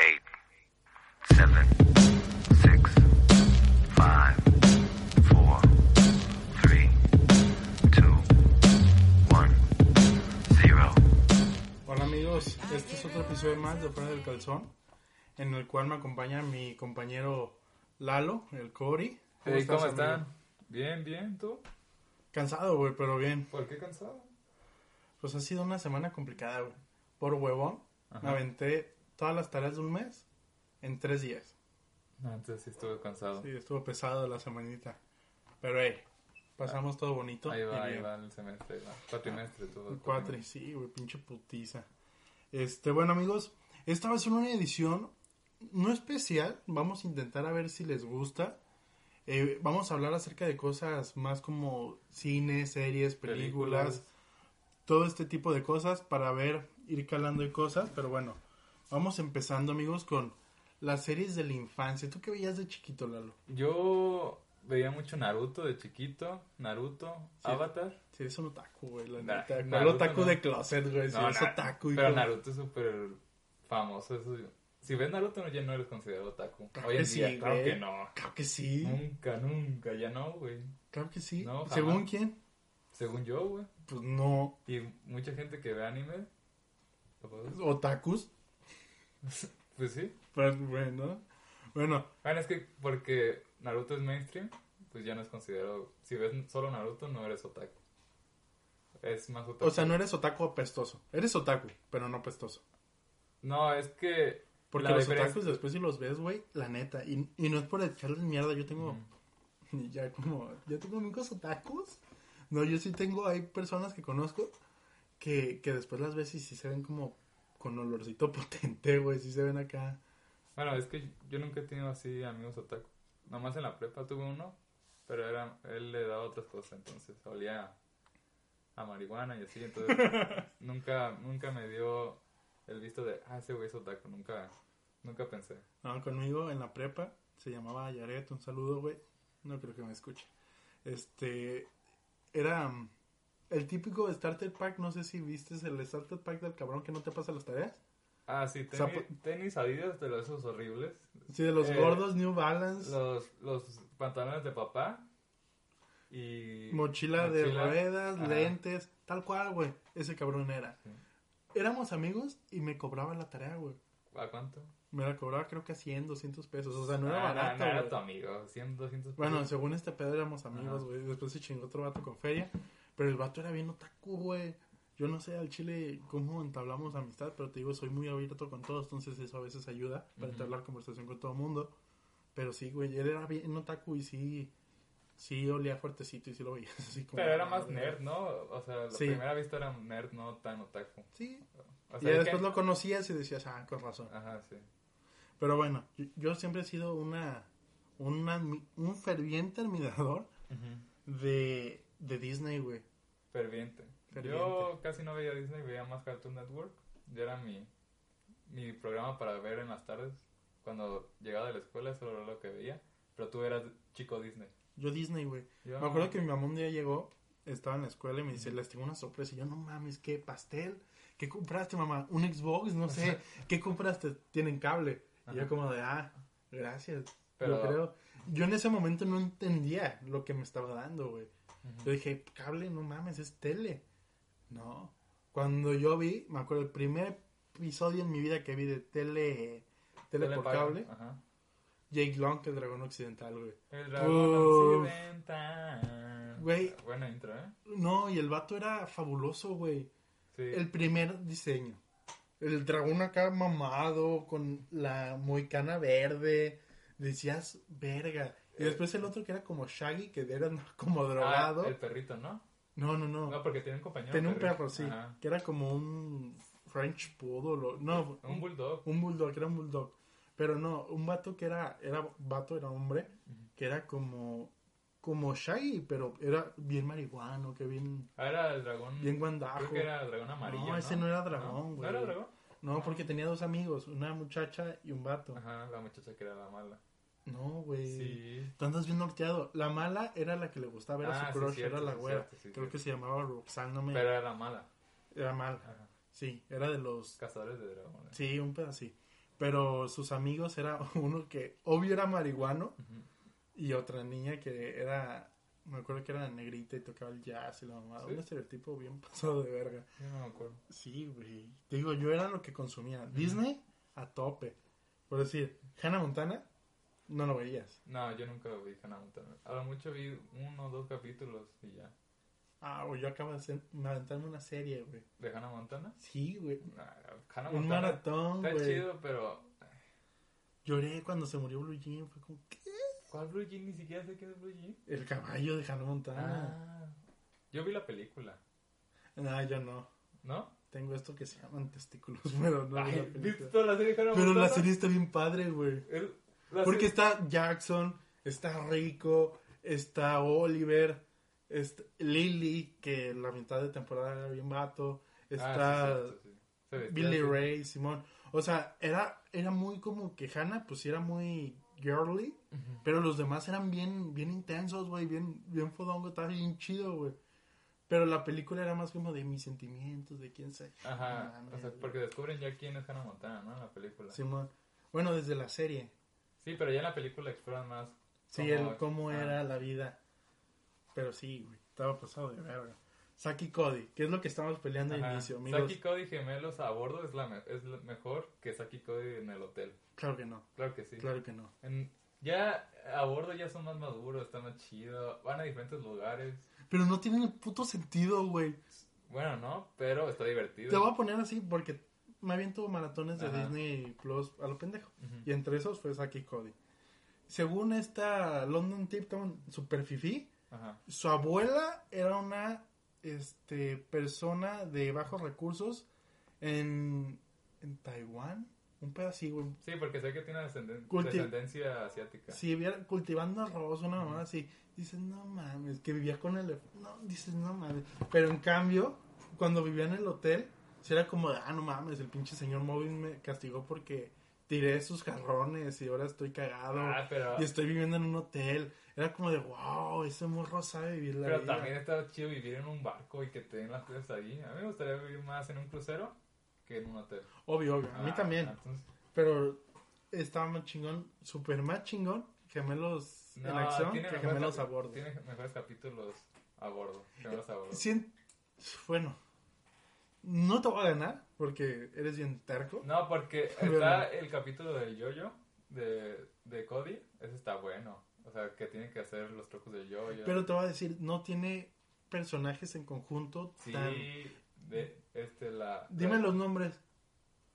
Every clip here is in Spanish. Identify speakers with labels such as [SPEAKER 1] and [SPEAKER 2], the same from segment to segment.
[SPEAKER 1] 10, 9, 8, 7, 6, 5, 4, 3, 2, 1, 0.
[SPEAKER 2] Hola amigos, este es otro episodio más de Fuera del Calzón, en el cual me acompaña mi compañero Lalo, el Cory.
[SPEAKER 3] Hey, ¿cómo están?
[SPEAKER 2] amigo?
[SPEAKER 3] Bien, bien, ¿tú?
[SPEAKER 2] Cansado, güey, pero bien.
[SPEAKER 3] ¿Por qué cansado?
[SPEAKER 2] Pues ha sido una semana complicada, güey. Por huevón, me aventé todas las tareas de un mes en tres días.
[SPEAKER 3] No, entonces sí estuve cansado.
[SPEAKER 2] Sí, estuvo pesado la semanita. Pero, hey, pasamos todo bonito.
[SPEAKER 3] Ah, Ahí
[SPEAKER 2] y
[SPEAKER 3] va, ahí
[SPEAKER 2] bien.
[SPEAKER 3] va el semestre, ahí va. Cuatrimestre, todo.
[SPEAKER 2] El cuatri, sí, güey, pinche putiza. Este, bueno, amigos, esta va a ser una edición no especial. Vamos a intentar a ver si les gusta. Eh, vamos a hablar acerca de cosas más como cine, series, películas, todo este tipo de cosas para ver, ir calando de cosas. Pero bueno, vamos empezando, amigos, con las series de la infancia. ¿Tú qué veías de chiquito, Lalo?
[SPEAKER 3] Yo veía mucho Naruto de chiquito, Naruto, Avatar.
[SPEAKER 2] Si eres un otaku, güey, la
[SPEAKER 3] Nah,
[SPEAKER 2] neta. ¿Cuál
[SPEAKER 3] Naruto
[SPEAKER 2] otaku
[SPEAKER 3] no.
[SPEAKER 2] de closet, güey? Si
[SPEAKER 3] No,
[SPEAKER 2] eres
[SPEAKER 3] na-
[SPEAKER 2] otaku,
[SPEAKER 3] Pero
[SPEAKER 2] hijo.
[SPEAKER 3] Naruto es súper famoso. eso yo- Si ves Naruto, no, ya no eres considerado otaku.
[SPEAKER 2] Claro
[SPEAKER 3] Hoy en
[SPEAKER 2] que
[SPEAKER 3] día,
[SPEAKER 2] sí,
[SPEAKER 3] claro
[SPEAKER 2] güey.
[SPEAKER 3] que no.
[SPEAKER 2] Claro que sí.
[SPEAKER 3] Nunca, nunca, ya no, güey.
[SPEAKER 2] Claro que sí.
[SPEAKER 3] No, jamás.
[SPEAKER 2] ¿Según quién?
[SPEAKER 3] Según yo, güey.
[SPEAKER 2] Pues no.
[SPEAKER 3] Y mucha gente que ve anime. ¿lo puedo-
[SPEAKER 2] Otakus.
[SPEAKER 3] Pues sí.
[SPEAKER 2] Pues bueno. Bueno,
[SPEAKER 3] Bueno, es que porque Naruto es mainstream, pues ya no es considerado. Si ves solo Naruto, no eres otaku. Es más otaku.
[SPEAKER 2] o sea, no eres otaku apestoso. Eres otaku, pero no apestoso.
[SPEAKER 3] No, es que.
[SPEAKER 2] Porque
[SPEAKER 3] la
[SPEAKER 2] los
[SPEAKER 3] diferencia-
[SPEAKER 2] otakus después si los ves, güey, la neta. Y, y no es por echarles mierda, yo tengo... Ya como... Yo tengo amigos otakus. No, yo sí tengo... Hay personas que conozco que, que después las ves y sí se ven como con olorcito potente, güey. Sí se ven acá.
[SPEAKER 3] Bueno, es que yo nunca he tenido así amigos otaku. Nomás en la prepa tuve uno, pero era, él le daba otras cosas, entonces olía a, marihuana y así, entonces nunca, nunca me dio el visto de, ah, ese güey es otaku, nunca, nunca pensé.
[SPEAKER 2] No, conmigo en la prepa se llamaba Yaret, un saludo, güey. No creo que me escuche. Este era mm, el típico starter pack, no sé si viste el starter pack del cabrón que no te pasa las tareas.
[SPEAKER 3] Ah, sí,
[SPEAKER 2] sea,
[SPEAKER 3] tenis, tenis Adidas de los esos horribles,
[SPEAKER 2] Sí, de los
[SPEAKER 3] Eh,
[SPEAKER 2] gordos, New Balance,
[SPEAKER 3] los, los pantalones de papá y
[SPEAKER 2] mochila, de
[SPEAKER 3] mochila.
[SPEAKER 2] ruedas,
[SPEAKER 3] Ajá.
[SPEAKER 2] lentes, tal cual, güey. Ese cabrón era.
[SPEAKER 3] Sí.
[SPEAKER 2] Éramos amigos y me cobraba la tarea, güey.
[SPEAKER 3] ¿A cuánto?
[SPEAKER 2] Me la cobraba creo que a 100, 200 pesos. Pues, O sea, no era
[SPEAKER 3] Ah, no,
[SPEAKER 2] barata,
[SPEAKER 3] no era
[SPEAKER 2] güey.
[SPEAKER 3] tu amigo, 100, 200
[SPEAKER 2] Bueno,
[SPEAKER 3] pesos.
[SPEAKER 2] según este pedo éramos amigos,
[SPEAKER 3] Ajá.
[SPEAKER 2] güey. Después se chingó otro vato con feria. Pero el vato era bien otaku, güey. Yo no sé al chile cómo entablamos amistad, pero te digo, soy muy abierto con todos, entonces eso a veces ayuda para
[SPEAKER 3] Ujú.
[SPEAKER 2] entablar conversación con todo el mundo. Pero sí, güey, él era bien otaku y sí, sí olía fuertecito y sí lo veías así como...
[SPEAKER 3] Pero era más
[SPEAKER 2] madre.
[SPEAKER 3] nerd, ¿no? O sea, la
[SPEAKER 2] Sí.
[SPEAKER 3] primera vista era un nerd, no tan otaku.
[SPEAKER 2] Sí.
[SPEAKER 3] O
[SPEAKER 2] Y
[SPEAKER 3] sea,
[SPEAKER 2] ya
[SPEAKER 3] es
[SPEAKER 2] después
[SPEAKER 3] que-
[SPEAKER 2] lo conocías y decías, ah, con razón.
[SPEAKER 3] Ajá, sí.
[SPEAKER 2] Pero bueno, yo, yo siempre he sido una, una, un ferviente admirador de, de Disney, güey.
[SPEAKER 3] Ferviente. Yo
[SPEAKER 2] Ferviente.
[SPEAKER 3] casi no veía Disney, veía más Cartoon Network. Ya era mi, mi programa para ver en las tardes. Cuando llegaba de la escuela, eso era lo que veía. Pero tú eras chico Disney.
[SPEAKER 2] Yo Disney, güey.
[SPEAKER 3] Yo-
[SPEAKER 2] Me acuerdo que mi mamá un día llegó, estaba en la escuela y me dice, les tengo una sorpresa. Y yo, no mames, ¿qué pastel? ¿Qué compraste, mamá? ¿Un Xbox? No sé. ¿Qué compraste? Tienen cable. Y yo
[SPEAKER 3] Ajá.
[SPEAKER 2] como de, ah, gracias.
[SPEAKER 3] Pero-
[SPEAKER 2] Yo creo. Yo en ese momento no entendía lo que me estaba dando, güey.
[SPEAKER 3] Ujú.
[SPEAKER 2] Yo dije, cable, no mames, es tele. No. Cuando yo vi, me acuerdo, el primer episodio en mi vida que vi de tele, tele por
[SPEAKER 3] Telepago,
[SPEAKER 2] cable,
[SPEAKER 3] Ajá.
[SPEAKER 2] Jake Long, el dragón occidental, güey.
[SPEAKER 3] El dragón
[SPEAKER 2] Uf.
[SPEAKER 3] occidental.
[SPEAKER 2] Güey.
[SPEAKER 3] Buena intro, ¿eh?
[SPEAKER 2] No, y el vato era fabuloso, güey.
[SPEAKER 3] Sí.
[SPEAKER 2] El primer diseño. El dragón acá mamado, con la moicana verde. Decías, verga. Y
[SPEAKER 3] Eh.
[SPEAKER 2] después el otro que era como Shaggy, que era como
[SPEAKER 3] Ah,
[SPEAKER 2] drogado.
[SPEAKER 3] el perrito, ¿no?
[SPEAKER 2] No, no, no.
[SPEAKER 3] No, porque tiene un compañero.
[SPEAKER 2] Tenía un
[SPEAKER 3] perrito.
[SPEAKER 2] perro, sí.
[SPEAKER 3] Ajá.
[SPEAKER 2] Que era como un, French Poodle. o- No,
[SPEAKER 3] Un bulldog.
[SPEAKER 2] un bulldog, era un bulldog. Pero no, un vato que era, era vato, era hombre, que era como, como Shaggy, pero era bien marihuano, que bien,
[SPEAKER 3] Ah, era el dragón.
[SPEAKER 2] bien guandajo.
[SPEAKER 3] Creo que era el dragón amarillo.
[SPEAKER 2] No, ese no era dragón,
[SPEAKER 3] ¿No
[SPEAKER 2] güey.
[SPEAKER 3] era dragón?
[SPEAKER 2] No, porque tenía dos amigos, una muchacha y un vato.
[SPEAKER 3] Ajá, la muchacha que era la mala.
[SPEAKER 2] No, güey.
[SPEAKER 3] Sí.
[SPEAKER 2] Tú andas bien norteado. La mala era la que le gustaba, era
[SPEAKER 3] Ah,
[SPEAKER 2] su
[SPEAKER 3] sí,
[SPEAKER 2] crush,
[SPEAKER 3] cierto,
[SPEAKER 2] era la
[SPEAKER 3] sí,
[SPEAKER 2] güera.
[SPEAKER 3] cierto, sí,
[SPEAKER 2] Creo que se llamaba Roxanne, no me-
[SPEAKER 3] Pero era la mala.
[SPEAKER 2] Era mala.
[SPEAKER 3] Ajá.
[SPEAKER 2] Sí, era de los...
[SPEAKER 3] Cazadores de dragones.
[SPEAKER 2] Sí, un pedo así. Pero sus amigos era uno que obvio era marihuano
[SPEAKER 3] Ujú.
[SPEAKER 2] y otra niña que era... Me acuerdo que era negrita y tocaba el jazz y la mamá.
[SPEAKER 3] ¿Sí?
[SPEAKER 2] Un estereotipo bien pasado de verga.
[SPEAKER 3] Yo no me acuerdo.
[SPEAKER 2] Sí, güey. Te Digo, yo era lo que consumía. Disney a tope. Por decir, Hannah Montana, no lo veías.
[SPEAKER 3] No, yo nunca vi Hannah Montana. A lo mucho vi uno o dos capítulos y ya.
[SPEAKER 2] Ah, güey, yo acabo de hacer- me aventarme una serie, güey.
[SPEAKER 3] ¿De Hannah Montana?
[SPEAKER 2] Sí, güey.
[SPEAKER 3] Nah, Hannah
[SPEAKER 2] Un
[SPEAKER 3] Montana
[SPEAKER 2] maratón,
[SPEAKER 3] Está
[SPEAKER 2] güey.
[SPEAKER 3] chido, pero.
[SPEAKER 2] Lloré cuando se murió Blue Jean. Fue como, ¿qué?
[SPEAKER 3] ¿Cuál Blue Jean? Ni siquiera sé quién es Blue Jean.
[SPEAKER 2] El caballo de Hannah Montana.
[SPEAKER 3] Ah. Yo vi la película,
[SPEAKER 2] No, yo no.
[SPEAKER 3] ¿no?
[SPEAKER 2] Tengo esto que se llaman testículos, pero no.
[SPEAKER 3] Ay,
[SPEAKER 2] la
[SPEAKER 3] ¿Viste
[SPEAKER 2] película.
[SPEAKER 3] toda la serie de Hannah
[SPEAKER 2] pero
[SPEAKER 3] Montana?
[SPEAKER 2] la serie está bien padre, güey.
[SPEAKER 3] El- la
[SPEAKER 2] Porque
[SPEAKER 3] serie-
[SPEAKER 2] está Jackson, está Rico, está Oliver, está Lily, que la mitad de temporada era bien vato, está
[SPEAKER 3] Ah, sí, cierto, sí. Se vestía
[SPEAKER 2] Billy
[SPEAKER 3] así.
[SPEAKER 2] Ray, Simón. O sea, era, era muy como que Hannah, pues sí era muy girly, pero los demás eran bien, bien intensos, güey, bien, bien fodongo, estaba bien chido, güey. Pero la película era más como de mis sentimientos, de quién Ah, sé.
[SPEAKER 3] Ajá,
[SPEAKER 2] Mames,
[SPEAKER 3] o sea,
[SPEAKER 2] güey.
[SPEAKER 3] porque descubren ya quién es Hannah Montana, ¿no? En la película. Sí,
[SPEAKER 2] Simón. Bueno, desde la serie.
[SPEAKER 3] pero ya en la película exploran más.
[SPEAKER 2] Sí,
[SPEAKER 3] cómo-
[SPEAKER 2] el cómo
[SPEAKER 3] ah,
[SPEAKER 2] era la vida. Pero sí, güey, estaba pasado de verga. Saki Cody, que es lo que estábamos peleando al
[SPEAKER 3] ajá.
[SPEAKER 2] inicio, amigos.
[SPEAKER 3] Saki Cody gemelos a bordo es, la me- es la mejor que Saki Cody en el hotel.
[SPEAKER 2] Claro que no,
[SPEAKER 3] Claro que sí.
[SPEAKER 2] claro que no.
[SPEAKER 3] En- ya a bordo ya son más maduros, están más chidos, van a diferentes lugares.
[SPEAKER 2] Pero no tiene el puto sentido, güey.
[SPEAKER 3] Bueno, no, pero está divertido.
[SPEAKER 2] Te voy a poner así porque me aviento maratones de
[SPEAKER 3] Ajá.
[SPEAKER 2] Disney Plus a lo pendejo.
[SPEAKER 3] Ujú.
[SPEAKER 2] Y entre esos fue Saki Cody. Según esta London Tipton Super Fifi,
[SPEAKER 3] Ajá.
[SPEAKER 2] su abuela era una este, persona de bajos recursos en, en Taiwán. Un pedacito, güey.
[SPEAKER 3] Sí, porque sé que tiene descenden-
[SPEAKER 2] Culti-
[SPEAKER 3] descendencia asiática.
[SPEAKER 2] Si viera cultivando arroz, una mamá así, dices, no mames, que vivía con el... No, dices, no mames. Pero en cambio, cuando vivía en el hotel, si era como, de, ah, no mames, el pinche señor móvil me castigó porque tiré sus jarrones y ahora estoy cagado.
[SPEAKER 3] Ah, pero,
[SPEAKER 2] Y estoy viviendo en un hotel. Era como de, wow, ese morro sabe vivir la
[SPEAKER 3] pero
[SPEAKER 2] vida.
[SPEAKER 3] también está chido vivir en un barco y que te den las cosas ahí. A mí me gustaría vivir más en un crucero que en un hotel.
[SPEAKER 2] Obvio, obvio. a mí
[SPEAKER 3] Ah,
[SPEAKER 2] también.
[SPEAKER 3] entonces-
[SPEAKER 2] Pero estaba más chingón, super más chingón, gemelos en
[SPEAKER 3] No,
[SPEAKER 2] acción
[SPEAKER 3] tiene
[SPEAKER 2] que
[SPEAKER 3] mejores
[SPEAKER 2] gemelos a
[SPEAKER 3] capi-
[SPEAKER 2] bordo.
[SPEAKER 3] Tiene mejores capítulos a bordo. Gemelos a bordo.
[SPEAKER 2] Cien- Bueno, no te voy a ganar porque eres bien terco.
[SPEAKER 3] No, porque
[SPEAKER 2] Bueno.
[SPEAKER 3] está el capítulo del yo-yo de, de Cody. Ese está bueno. O sea, que tienen que hacer los trucos del yo-yo.
[SPEAKER 2] Pero te voy a decir, no tiene personajes en conjunto
[SPEAKER 3] Sí,
[SPEAKER 2] tan...
[SPEAKER 3] de, este, la...
[SPEAKER 2] Dime
[SPEAKER 3] la-
[SPEAKER 2] los nombres.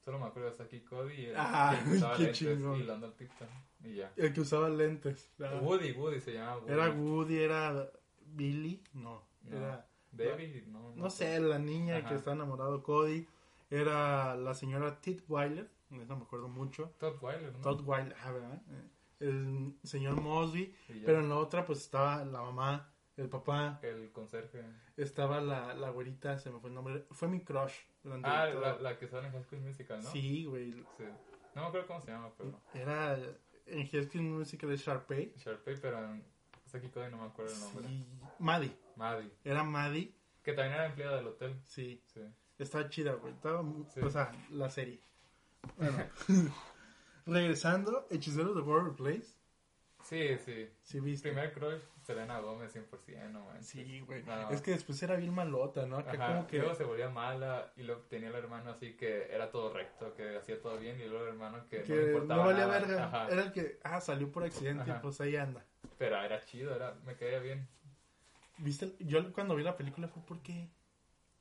[SPEAKER 3] Solo me acuerdo de Saki Cody y el
[SPEAKER 2] Ah,
[SPEAKER 3] que este usaba
[SPEAKER 2] qué
[SPEAKER 3] lentes,
[SPEAKER 2] chingón.
[SPEAKER 3] y London Tipton. Y ya.
[SPEAKER 2] El que usaba lentes. Era-
[SPEAKER 3] Woody, Woody se llamaba Woody.
[SPEAKER 2] Era Woody, era Billy. No,
[SPEAKER 3] No.
[SPEAKER 2] era...
[SPEAKER 3] David, no.
[SPEAKER 2] No sé, la niña
[SPEAKER 3] Ajá.
[SPEAKER 2] que está enamorado Cody. Era la señora Titweiler. No me acuerdo mucho.
[SPEAKER 3] Todd Weiler, ¿no?
[SPEAKER 2] Todd Wilder, ah, ¿verdad? Eh, El señor Mosby.
[SPEAKER 3] Y ya.
[SPEAKER 2] Pero en la otra, pues estaba la mamá, el papá,
[SPEAKER 3] El conserje.
[SPEAKER 2] estaba la, la güerita, se me fue el nombre. Fue mi crush durante
[SPEAKER 3] Ah,
[SPEAKER 2] todo.
[SPEAKER 3] la, la que sale en High School Musical, ¿no?
[SPEAKER 2] Sí, güey.
[SPEAKER 3] Sí. No me acuerdo cómo se llama, pero...
[SPEAKER 2] Era en High School Musical de Sharpay.
[SPEAKER 3] Sharpay, pero en Saki Cody no me acuerdo el nombre.
[SPEAKER 2] Sí. Maddie.
[SPEAKER 3] Maddie.
[SPEAKER 2] Era Maddie.
[SPEAKER 3] Que también era empleada del hotel.
[SPEAKER 2] Sí.
[SPEAKER 3] Sí.
[SPEAKER 2] Estaba chida, güey. Estaba, mu-
[SPEAKER 3] Sí.
[SPEAKER 2] O sea, la serie. Bueno. Regresando, Hechiceros de Waverly Place.
[SPEAKER 3] Sí, sí.
[SPEAKER 2] Sí, viste.
[SPEAKER 3] Primer crush, Selena Gómez 100%, no manches.
[SPEAKER 2] Sí, güey.
[SPEAKER 3] No.
[SPEAKER 2] Es que después era bien malota, ¿no? Acá
[SPEAKER 3] Ajá,
[SPEAKER 2] como que...
[SPEAKER 3] luego se volvía mala y luego tenía el hermano así que era todo recto, que hacía todo bien y luego el hermano que, no le
[SPEAKER 2] que no,
[SPEAKER 3] importaba
[SPEAKER 2] valía
[SPEAKER 3] nada.
[SPEAKER 2] verga.
[SPEAKER 3] Ajá,
[SPEAKER 2] Era el que, ah, salió por accidente y
[SPEAKER 3] Ajá.
[SPEAKER 2] pues ahí anda.
[SPEAKER 3] Pero era chido, era, me caía bien.
[SPEAKER 2] ¿Viste? Yo cuando vi la película fue porque...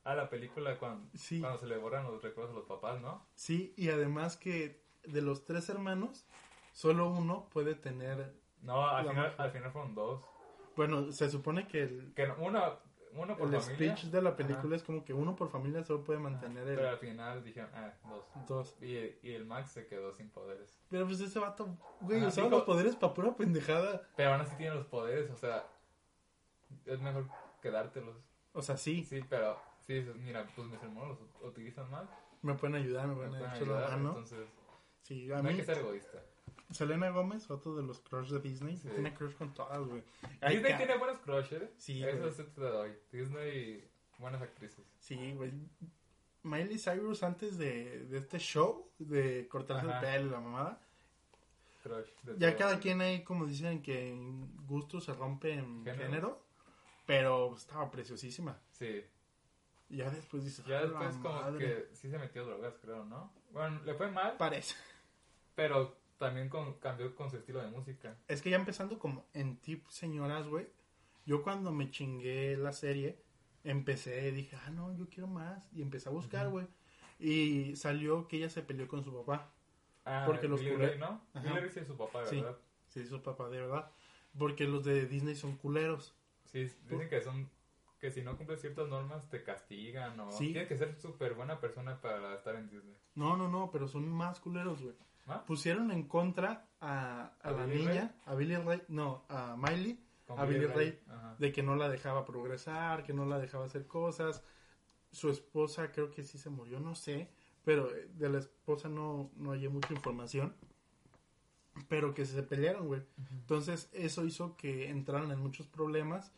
[SPEAKER 3] Ah, la película cuando,
[SPEAKER 2] Sí.
[SPEAKER 3] cuando se le borran los recuerdos a los papás, ¿no?
[SPEAKER 2] Sí, y además que de los tres hermanos, solo uno puede tener...
[SPEAKER 3] No, al
[SPEAKER 2] La
[SPEAKER 3] final,
[SPEAKER 2] mujer.
[SPEAKER 3] al final fueron dos.
[SPEAKER 2] Bueno, se supone que el...
[SPEAKER 3] Que no- uno uno por
[SPEAKER 2] El
[SPEAKER 3] familia.
[SPEAKER 2] speech de la película
[SPEAKER 3] Ajá. Ah,
[SPEAKER 2] es como que uno por familia solo puede mantener
[SPEAKER 3] Pero
[SPEAKER 2] el
[SPEAKER 3] al final dijeron, ah, dos.
[SPEAKER 2] dos.
[SPEAKER 3] Y, y el Max se quedó sin poderes.
[SPEAKER 2] Pero pues ese vato, güey,
[SPEAKER 3] Ajá,
[SPEAKER 2] usaba
[SPEAKER 3] dijo-
[SPEAKER 2] los poderes para pura pendejada.
[SPEAKER 3] Pero aún así tiene los poderes, o sea, es mejor quedártelos.
[SPEAKER 2] O sea, sí,
[SPEAKER 3] Sí, pero sí dices, mira, pues mis hermanos los utilizan mal.
[SPEAKER 2] me pueden ayudar, me
[SPEAKER 3] me
[SPEAKER 2] pueden
[SPEAKER 3] pueden
[SPEAKER 2] echar la
[SPEAKER 3] ayudar,
[SPEAKER 2] mano.
[SPEAKER 3] Entonces,
[SPEAKER 2] Sí, a
[SPEAKER 3] no hay
[SPEAKER 2] mí,
[SPEAKER 3] que ser egoísta.
[SPEAKER 2] Selena Gómez, otro de los crush de Disney,
[SPEAKER 3] Sí.
[SPEAKER 2] tiene crush con todas, güey. Ay,
[SPEAKER 3] Disney
[SPEAKER 2] ca-
[SPEAKER 3] tiene buenos crushes. ¿eh?
[SPEAKER 2] Sí,
[SPEAKER 3] Eso
[SPEAKER 2] güey.
[SPEAKER 3] sí te doy. Disney, buenas actrices.
[SPEAKER 2] Sí, güey. Miley Cyrus antes de, de este show, de cortarse
[SPEAKER 3] Ajá.
[SPEAKER 2] el pelo y la mamada,
[SPEAKER 3] Crush. de
[SPEAKER 2] ya
[SPEAKER 3] todo.
[SPEAKER 2] cada quien ahí, como dicen, que en gusto se rompe en género,
[SPEAKER 3] Género.
[SPEAKER 2] pero estaba preciosísima.
[SPEAKER 3] Sí.
[SPEAKER 2] Ya después dices,
[SPEAKER 3] Ya
[SPEAKER 2] "Ah, la
[SPEAKER 3] después como
[SPEAKER 2] madre".
[SPEAKER 3] que sí se metió drogas, creo, ¿no? Bueno, le fue mal,
[SPEAKER 2] Parece.
[SPEAKER 3] pero también con- cambió con su estilo de música.
[SPEAKER 2] Es que ya empezando como en tip, señoras, güey. Yo cuando me chingué la serie, empecé, dije, ah, no, yo quiero más. Y empecé a buscar, güey. Y salió que ella se peleó con su papá.
[SPEAKER 3] Ah,
[SPEAKER 2] Porque los
[SPEAKER 3] Billy
[SPEAKER 2] culé-
[SPEAKER 3] Ray, ¿no?
[SPEAKER 2] Ajá.
[SPEAKER 3] Billy Ray sí es su papá,
[SPEAKER 2] Sí.
[SPEAKER 3] ¿verdad?
[SPEAKER 2] Se hizo papá, de verdad. Porque los de Disney son culeros.
[SPEAKER 3] Sí, dicen que son que si no cumples ciertas normas te castigan o
[SPEAKER 2] Sí.
[SPEAKER 3] tienes que ser súper buena persona para estar en Disney.
[SPEAKER 2] No, no, no, pero son más culeros, güey.
[SPEAKER 3] ¿Ah?
[SPEAKER 2] Pusieron en contra a, a
[SPEAKER 3] ¿A
[SPEAKER 2] la
[SPEAKER 3] Billy
[SPEAKER 2] niña, a Billy Ray, no, a Miley,
[SPEAKER 3] Con
[SPEAKER 2] a Billy Ray.
[SPEAKER 3] Ajá.
[SPEAKER 2] de que no la dejaba progresar, que no la dejaba hacer cosas. Su esposa creo que sí se murió, no sé, pero eh, de la esposa no, no hallé mucha información. Pero que se pelearon, güey. Entonces eso hizo que entraran en muchos problemas.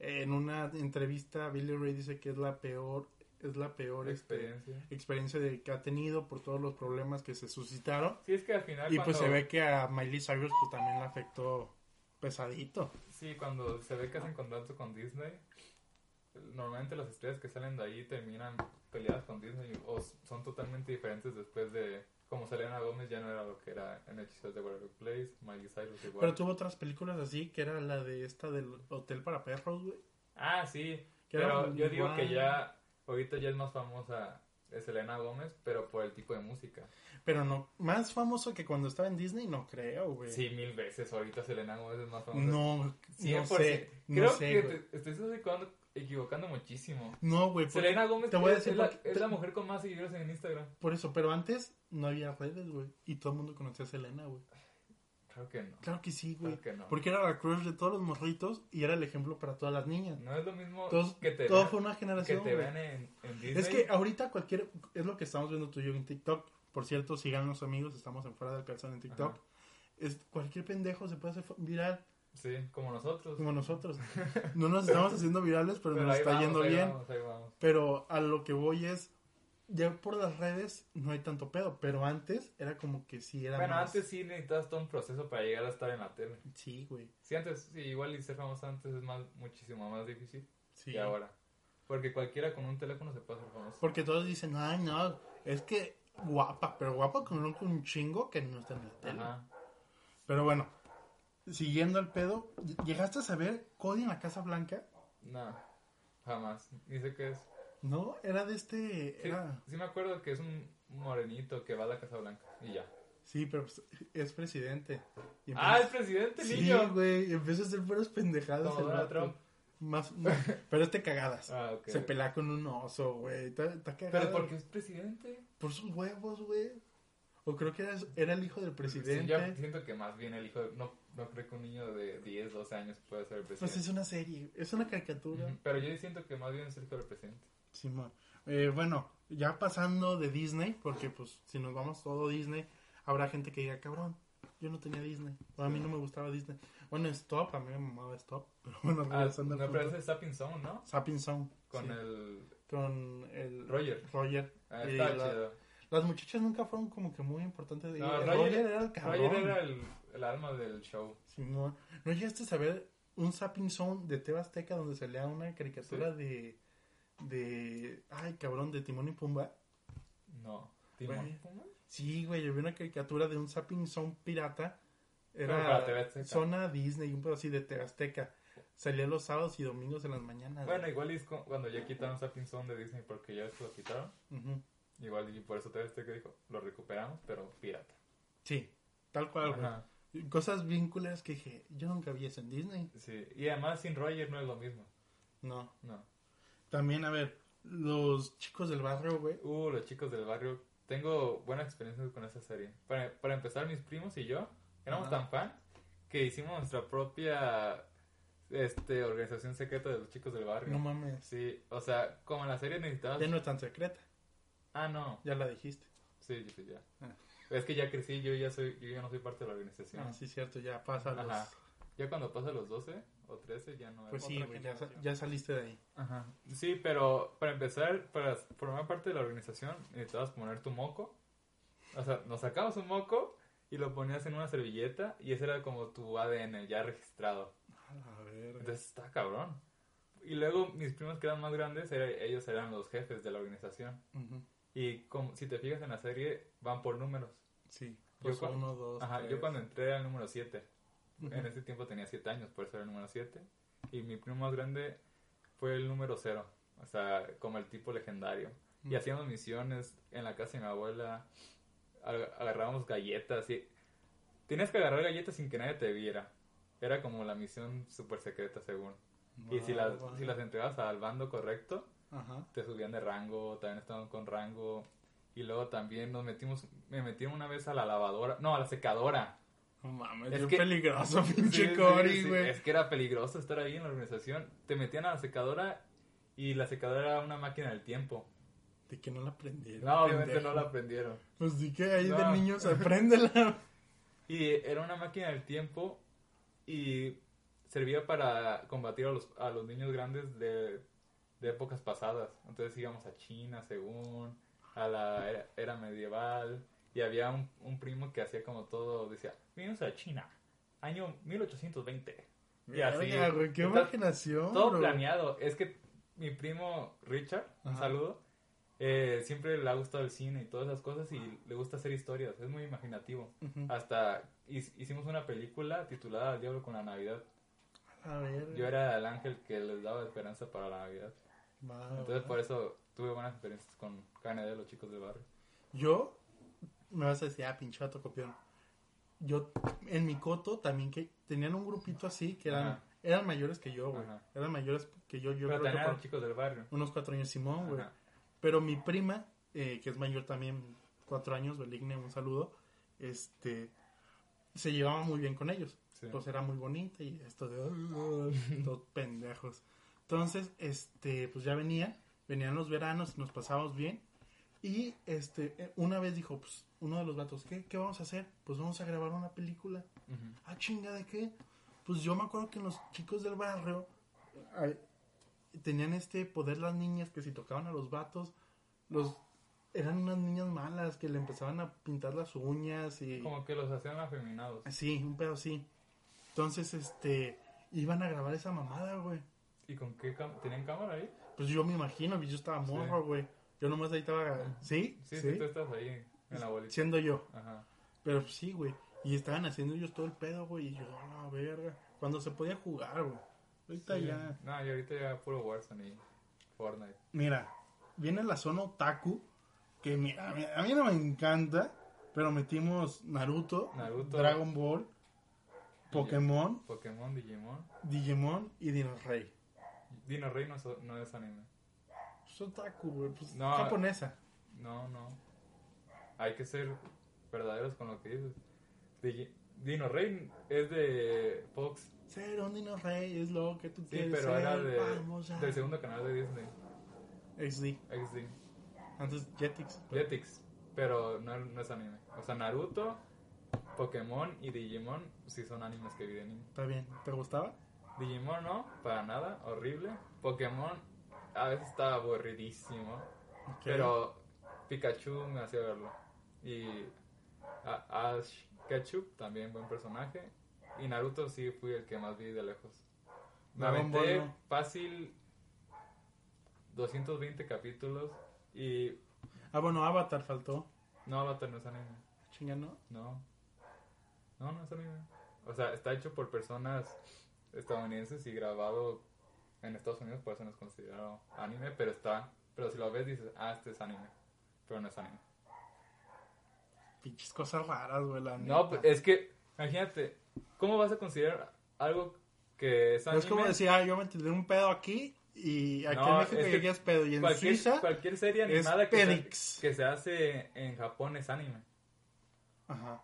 [SPEAKER 2] Eh, En una entrevista Billy Ray dice que es la peor, es la peor este,
[SPEAKER 3] experiencia.
[SPEAKER 2] experiencia de- que ha tenido por todos los problemas que se suscitaron.
[SPEAKER 3] Sí, es que al final
[SPEAKER 2] Y
[SPEAKER 3] cuando,
[SPEAKER 2] pues se ve que a Miley Cyrus pues, también la afectó pesadito.
[SPEAKER 3] sí, cuando se ve que hacen contrato con Disney, normalmente las estrellas que salen de ahí terminan peleadas con Disney o s- son totalmente diferentes después de como Selena Gómez ya no era lo que era en Hechizos de Waterloo Place, Miley Cyrus igual.
[SPEAKER 2] Pero tuvo otras películas así, que era la de esta del Hotel para Perros, güey.
[SPEAKER 3] Ah, sí.
[SPEAKER 2] Que
[SPEAKER 3] Pero
[SPEAKER 2] era
[SPEAKER 3] yo digo que
[SPEAKER 2] igual.
[SPEAKER 3] ya, ahorita ya es más famosa es Selena Gómez, pero por el tipo de música.
[SPEAKER 2] Pero no, más famoso que cuando estaba en Disney, no creo, güey.
[SPEAKER 3] Sí, mil veces. Ahorita Selena Gómez es más famosa.
[SPEAKER 2] No,
[SPEAKER 3] 100%.
[SPEAKER 2] no sé,
[SPEAKER 3] Creo
[SPEAKER 2] no sé,
[SPEAKER 3] que
[SPEAKER 2] güey.
[SPEAKER 3] te, te estás equivocando, equivocando muchísimo.
[SPEAKER 2] No, güey, por,
[SPEAKER 3] Selena Gómez
[SPEAKER 2] te voy a
[SPEAKER 3] es-
[SPEAKER 2] decir
[SPEAKER 3] es, la,
[SPEAKER 2] por qué-
[SPEAKER 3] es
[SPEAKER 2] te-
[SPEAKER 3] la mujer con más seguidores en Instagram.
[SPEAKER 2] por eso, pero antes no había redes, güey. Y todo el mundo conocía a Selena, güey.
[SPEAKER 3] Claro que no.
[SPEAKER 2] Claro que sí, güey.
[SPEAKER 3] Claro que no.
[SPEAKER 2] Porque era la crush de todos los morritos y era el ejemplo para todas las niñas.
[SPEAKER 3] No es lo mismo
[SPEAKER 2] Todos-
[SPEAKER 3] que te,
[SPEAKER 2] todo
[SPEAKER 3] vean-
[SPEAKER 2] fue una generación,
[SPEAKER 3] que te
[SPEAKER 2] güey.
[SPEAKER 3] vean en, en Disney.
[SPEAKER 2] Es que ah, ahorita cualquier, es lo que estamos viendo tú y yo en TikTok. Por cierto, síganos amigos, estamos en fuera del calzón en TikTok.
[SPEAKER 3] Ajá.
[SPEAKER 2] Es, cualquier pendejo se puede hacer viral.
[SPEAKER 3] Sí, como nosotros.
[SPEAKER 2] como nosotros. No nos estamos haciendo virales, pero,
[SPEAKER 3] Pero
[SPEAKER 2] nos
[SPEAKER 3] ahí
[SPEAKER 2] está
[SPEAKER 3] vamos,
[SPEAKER 2] yendo
[SPEAKER 3] ahí
[SPEAKER 2] bien.
[SPEAKER 3] vamos, ahí vamos.
[SPEAKER 2] Pero a lo que voy es, ya por las redes no hay tanto pedo, pero antes era como que sí era
[SPEAKER 3] Bueno,
[SPEAKER 2] más-
[SPEAKER 3] antes sí necesitabas todo un proceso para llegar a estar en la tele.
[SPEAKER 2] Sí, güey.
[SPEAKER 3] Sí, antes, sí, igual y ser famoso antes es más, muchísimo más difícil
[SPEAKER 2] Sí.
[SPEAKER 3] que ahora. Porque cualquiera con un teléfono se puede hacer famoso.
[SPEAKER 2] Porque todos dicen, ay, no, es que guapa, pero guapa con un, con un chingo que no está en la tele.
[SPEAKER 3] Ajá.
[SPEAKER 2] Pero bueno, siguiendo al pedo, ¿llegaste a saber Cody en la Casa Blanca?
[SPEAKER 3] No, jamás. Dice que es.
[SPEAKER 2] No, era de este...
[SPEAKER 3] Sí,
[SPEAKER 2] Era...
[SPEAKER 3] sí me acuerdo que es un morenito que va a la Casa Blanca y ya.
[SPEAKER 2] Sí, pero pues, es presidente. Y pues,
[SPEAKER 3] ¡Ah, el presidente,
[SPEAKER 2] Sí,
[SPEAKER 3] niño!
[SPEAKER 2] güey, empieza a hacer puras pendejadas.
[SPEAKER 3] Como
[SPEAKER 2] el
[SPEAKER 3] Donald
[SPEAKER 2] vato.
[SPEAKER 3] Trump.
[SPEAKER 2] Más, no, pero este cagadas.
[SPEAKER 3] Ah, ok.
[SPEAKER 2] Se pelea con un oso, güey. Está, está cagado.
[SPEAKER 3] Pero porque es presidente.
[SPEAKER 2] Por sus huevos, güey. O creo que era, era el hijo del
[SPEAKER 3] Sí, yo
[SPEAKER 2] presidente.
[SPEAKER 3] siento que más bien el hijo. de- No, no creo que un niño de 10, 12 años pueda ser el
[SPEAKER 2] pues
[SPEAKER 3] presidente.
[SPEAKER 2] es una serie, es una caricatura.
[SPEAKER 3] Ujú, Pero yo siento que más bien es el hijo del presidente.
[SPEAKER 2] Simón. Eh, bueno, ya pasando de Disney, porque pues si nos vamos todo Disney, habrá gente que diga, cabrón, yo no tenía Disney. O a mí no me gustaba Disney. Bueno, Stop, a mí me mamaba Stop. Pero bueno,
[SPEAKER 3] Ah,
[SPEAKER 2] regresando al
[SPEAKER 3] no, pero
[SPEAKER 2] punto.
[SPEAKER 3] ese es Sapping Zone, ¿no?
[SPEAKER 2] Sapping Sound.
[SPEAKER 3] Con
[SPEAKER 2] sí.
[SPEAKER 3] el.
[SPEAKER 2] con el
[SPEAKER 3] Roger.
[SPEAKER 2] Roger.
[SPEAKER 3] Ah,
[SPEAKER 2] Y
[SPEAKER 3] está
[SPEAKER 2] la-
[SPEAKER 3] chido.
[SPEAKER 2] Las muchachas nunca fueron como que muy importantes. de
[SPEAKER 3] No,
[SPEAKER 2] Roger,
[SPEAKER 3] Roger-
[SPEAKER 2] era el cabrón.
[SPEAKER 3] Roger era el, el alma del show.
[SPEAKER 2] Simón. ¿No llegaste a saber un Sapping Zone de Teba Azteca donde salía una caricatura de. de. Ay, cabrón, de Timón y Pumba?
[SPEAKER 3] No. Timón.
[SPEAKER 2] Sí, güey, yo vi una caricatura de un Sapping Zone pirata.
[SPEAKER 3] Pero para
[SPEAKER 2] Era
[SPEAKER 3] TV Azteca.
[SPEAKER 2] zona Disney, un pedo así de Teba Azteca. Salía los sábados y domingos en las mañanas.
[SPEAKER 3] Bueno, igual es cu- cuando ya quitaron Sapping Zone de Disney porque ya se lo quitaron.
[SPEAKER 2] Ujú.
[SPEAKER 3] Igual y por eso te este que dijo, lo recuperamos, pero pirata.
[SPEAKER 2] Sí, tal cual, Ah, güey.
[SPEAKER 3] Ajá.
[SPEAKER 2] Cosas bien culeras que dije, yo nunca vi eso en Disney.
[SPEAKER 3] Sí. Y además sin Roger no es lo mismo.
[SPEAKER 2] No.
[SPEAKER 3] No.
[SPEAKER 2] También, a ver, los chicos del barrio, güey.
[SPEAKER 3] Uh, los chicos del barrio. Tengo buenas experiencias con esa serie. Para, para empezar, mis primos y yo éramos
[SPEAKER 2] Ajá.
[SPEAKER 3] tan fans que hicimos nuestra propia este, organización secreta de los chicos del barrio.
[SPEAKER 2] No mames.
[SPEAKER 3] Sí, o sea, como en la serie necesitabas...
[SPEAKER 2] Ya no es tan secreta,
[SPEAKER 3] Ah, no.
[SPEAKER 2] ya la dijiste.
[SPEAKER 3] Sí, sí, sí, ya.
[SPEAKER 2] Ah.
[SPEAKER 3] Es que ya crecí, yo ya, soy, yo ya no soy parte de la organización.
[SPEAKER 2] Ah, sí, cierto, ya pasa los...
[SPEAKER 3] Ajá. Ya cuando pasa los 12 o 13 ya no
[SPEAKER 2] Pues
[SPEAKER 3] es.
[SPEAKER 2] sí,
[SPEAKER 4] Otra
[SPEAKER 2] güey, ya, sa-
[SPEAKER 4] generación.
[SPEAKER 2] ya saliste de ahí.
[SPEAKER 3] Ajá. Sí, pero para empezar, para formar parte de la organización, necesitabas poner tu moco. O sea, nos sacabas un moco y lo ponías en una servilleta y ese era como tu ADN ya registrado.
[SPEAKER 2] A ver,
[SPEAKER 3] Entonces está cabrón. Y luego mis primos que eran más grandes, era- ellos eran los jefes de la organización.
[SPEAKER 2] ujú,
[SPEAKER 3] Y como, si te fijas en la serie, van por números.
[SPEAKER 2] sí. Pues
[SPEAKER 3] cua-
[SPEAKER 2] uno, dos,
[SPEAKER 3] Ajá,
[SPEAKER 2] tres.
[SPEAKER 3] yo cuando entré era el número 7.
[SPEAKER 2] Ujú.
[SPEAKER 3] En ese tiempo tenía 7 años, por eso era el número 7. Y mi primo más grande fue el número 0. O sea, como el tipo legendario. Y
[SPEAKER 2] Mm.
[SPEAKER 3] hacíamos misiones en la casa de mi abuela. ag- Agarrábamos galletas y... Tenías que agarrar galletas sin que nadie te viera. Era como la misión súper secreta, según. Y si las,
[SPEAKER 2] Guau,
[SPEAKER 3] si las entregabas al bando correcto,
[SPEAKER 2] Ajá.
[SPEAKER 3] te subían de rango, también estaban con rango. Y luego también nos metimos, me metieron una vez a la lavadora, no, a la secadora.
[SPEAKER 2] No mames,
[SPEAKER 3] Es
[SPEAKER 2] bien
[SPEAKER 3] que-
[SPEAKER 2] peligroso, pinche
[SPEAKER 3] Sí, sí,
[SPEAKER 2] Cory,
[SPEAKER 3] sí,
[SPEAKER 2] güey.
[SPEAKER 3] Es que era peligroso estar ahí en la organización. Te metían a la secadora y la secadora era una máquina del tiempo.
[SPEAKER 2] De que no la aprendieron.
[SPEAKER 3] No, obviamente
[SPEAKER 2] pendejo.
[SPEAKER 3] no la aprendieron.
[SPEAKER 2] Pues di que ahí
[SPEAKER 3] No.
[SPEAKER 2] de niños apréndela.
[SPEAKER 3] Y era una máquina del tiempo y servía para combatir a los, a los niños grandes de, de épocas pasadas. Entonces íbamos a China, según, a la era, era medieval. Y había un, un primo que hacía como todo, decía, vinimos a China, año 1820. Y así,
[SPEAKER 2] Verga, güey, qué
[SPEAKER 3] Está
[SPEAKER 2] imaginación,
[SPEAKER 3] todo
[SPEAKER 2] bro.
[SPEAKER 3] planeado. Es que mi primo Richard, un
[SPEAKER 2] Ajá.
[SPEAKER 3] saludo, eh, siempre le ha gustado el cine y todas esas cosas y le gusta hacer historias, es muy imaginativo.
[SPEAKER 2] Ujú.
[SPEAKER 3] Hasta hi- hicimos una película titulada El Diablo con la Navidad.
[SPEAKER 2] A ver.
[SPEAKER 3] Yo era el ángel que les daba esperanza para la Navidad.
[SPEAKER 2] va,
[SPEAKER 3] Entonces
[SPEAKER 2] va.
[SPEAKER 3] por eso tuve buenas experiencias con Cane de los chicos del barrio.
[SPEAKER 2] Yo, me vas a decir, ah, pinche vato copión. Yo, en mi coto, también que tenían un grupito así, que eran,
[SPEAKER 3] Ajá.
[SPEAKER 2] eran mayores que yo, güey.
[SPEAKER 3] Ajá.
[SPEAKER 2] Eran mayores que yo, yo
[SPEAKER 3] Pero
[SPEAKER 2] creo
[SPEAKER 3] también
[SPEAKER 2] que
[SPEAKER 3] eran
[SPEAKER 2] por
[SPEAKER 3] chicos del barrio.
[SPEAKER 2] unos cuatro años Simón, güey.
[SPEAKER 3] Ajá.
[SPEAKER 2] Pero mi prima, eh, que es mayor también, cuatro años, Beligne, un saludo, este, se llevaba muy bien con ellos.
[SPEAKER 3] Sí.
[SPEAKER 2] Pues era muy bonita y esto de, todos pendejos. Entonces, este, pues ya venían, venían los veranos, nos pasábamos bien. Y, este, eh, una vez dijo, pues, uno de los vatos, ¿qué, qué vamos a hacer? Pues vamos a grabar una película.
[SPEAKER 3] Ujú.
[SPEAKER 2] Ah, chinga, ¿de qué? Pues yo me acuerdo que los chicos del barrio ay, tenían este poder las niñas que si tocaban a los vatos, los eran unas niñas malas que le empezaban a pintar las uñas y...
[SPEAKER 3] Como que los hacían afeminados.
[SPEAKER 2] Sí, un pedo así. Entonces, este, iban a grabar esa mamada, güey.
[SPEAKER 3] ¿Y con qué cam- tenían cámara ahí?
[SPEAKER 2] Pues yo me imagino, yo estaba morro, güey. Yo nomás ahí estaba... ¿Sí?
[SPEAKER 3] Sí, sí, tú estás ahí en la bolita.
[SPEAKER 2] Siendo yo.
[SPEAKER 3] Ajá.
[SPEAKER 2] Pero pues, sí, güey. Y estaban haciendo ellos todo el pedo, güey. Y yo, a la verga. Cuando se podía jugar, güey. Ahorita
[SPEAKER 3] Sí.
[SPEAKER 2] ya.
[SPEAKER 3] No, y ahorita ya puro Warzone y Fortnite.
[SPEAKER 2] Mira, viene la zona otaku. Que mi- a, mí, a mí no me encanta. Pero metimos Naruto,
[SPEAKER 3] Naruto.
[SPEAKER 2] Dragon Ball, Pokémon,
[SPEAKER 3] Pokémon, Digimon.
[SPEAKER 2] Digimon y Dino Rey.
[SPEAKER 3] Dino Rey no es, no es anime.
[SPEAKER 2] Es otaku, güey. Pues
[SPEAKER 3] No.
[SPEAKER 2] japonesa.
[SPEAKER 3] No, no. Hay que ser verdaderos con lo que dices. Digi- Dino Rey es de Fox.
[SPEAKER 2] Ser un Dino Rey es lo que tú
[SPEAKER 3] Sí,
[SPEAKER 2] quieres
[SPEAKER 3] pero
[SPEAKER 2] ser.
[SPEAKER 3] era de,
[SPEAKER 2] Vamos a...
[SPEAKER 3] del segundo canal de Disney.
[SPEAKER 2] XD.
[SPEAKER 3] XD.
[SPEAKER 2] Antes Jetix.
[SPEAKER 3] Jetix. Pero no, no es anime. O sea, Naruto, Pokémon y Digimon sí son animes que vi de niño.
[SPEAKER 2] Está bien. ¿Te gustaba?
[SPEAKER 3] Digimon no, para nada, horrible. Pokémon a veces estaba aburridísimo.
[SPEAKER 2] Ok.
[SPEAKER 3] Pero Pikachu me hacía verlo. Y a- Ash Ketchup, también buen personaje. Y Naruto sí fui el que más vi de lejos. Me
[SPEAKER 2] Dragon Ball,
[SPEAKER 3] aventé
[SPEAKER 2] ¿no?
[SPEAKER 3] fácil 220 capítulos y
[SPEAKER 2] Ah, bueno, Avatar faltó.
[SPEAKER 3] no Avatar no es anime.
[SPEAKER 2] Chinga, ¿no?
[SPEAKER 3] No. No, no es anime. O sea, está hecho por personas estadounidenses y grabado en Estados Unidos, por eso no es considerado anime, pero está, pero si lo ves dices, "Ah, este es anime." Pero no es anime.
[SPEAKER 2] Pinches cosas raras, güey. La
[SPEAKER 3] No,
[SPEAKER 2] neta.
[SPEAKER 3] pues es que, imagínate, ¿cómo vas a considerar algo que es
[SPEAKER 2] No
[SPEAKER 3] anime?
[SPEAKER 2] es como decir, ah, yo me tiré un pedo aquí y Y aquí
[SPEAKER 3] No,
[SPEAKER 2] en México
[SPEAKER 3] es
[SPEAKER 2] ya
[SPEAKER 3] que
[SPEAKER 2] llegas pedo. Y en
[SPEAKER 3] cualquier,
[SPEAKER 2] Suiza.
[SPEAKER 3] cualquier serie
[SPEAKER 2] es
[SPEAKER 3] animada que
[SPEAKER 2] Penix.
[SPEAKER 3] se, que se hace en Japón es anime.
[SPEAKER 2] Ajá.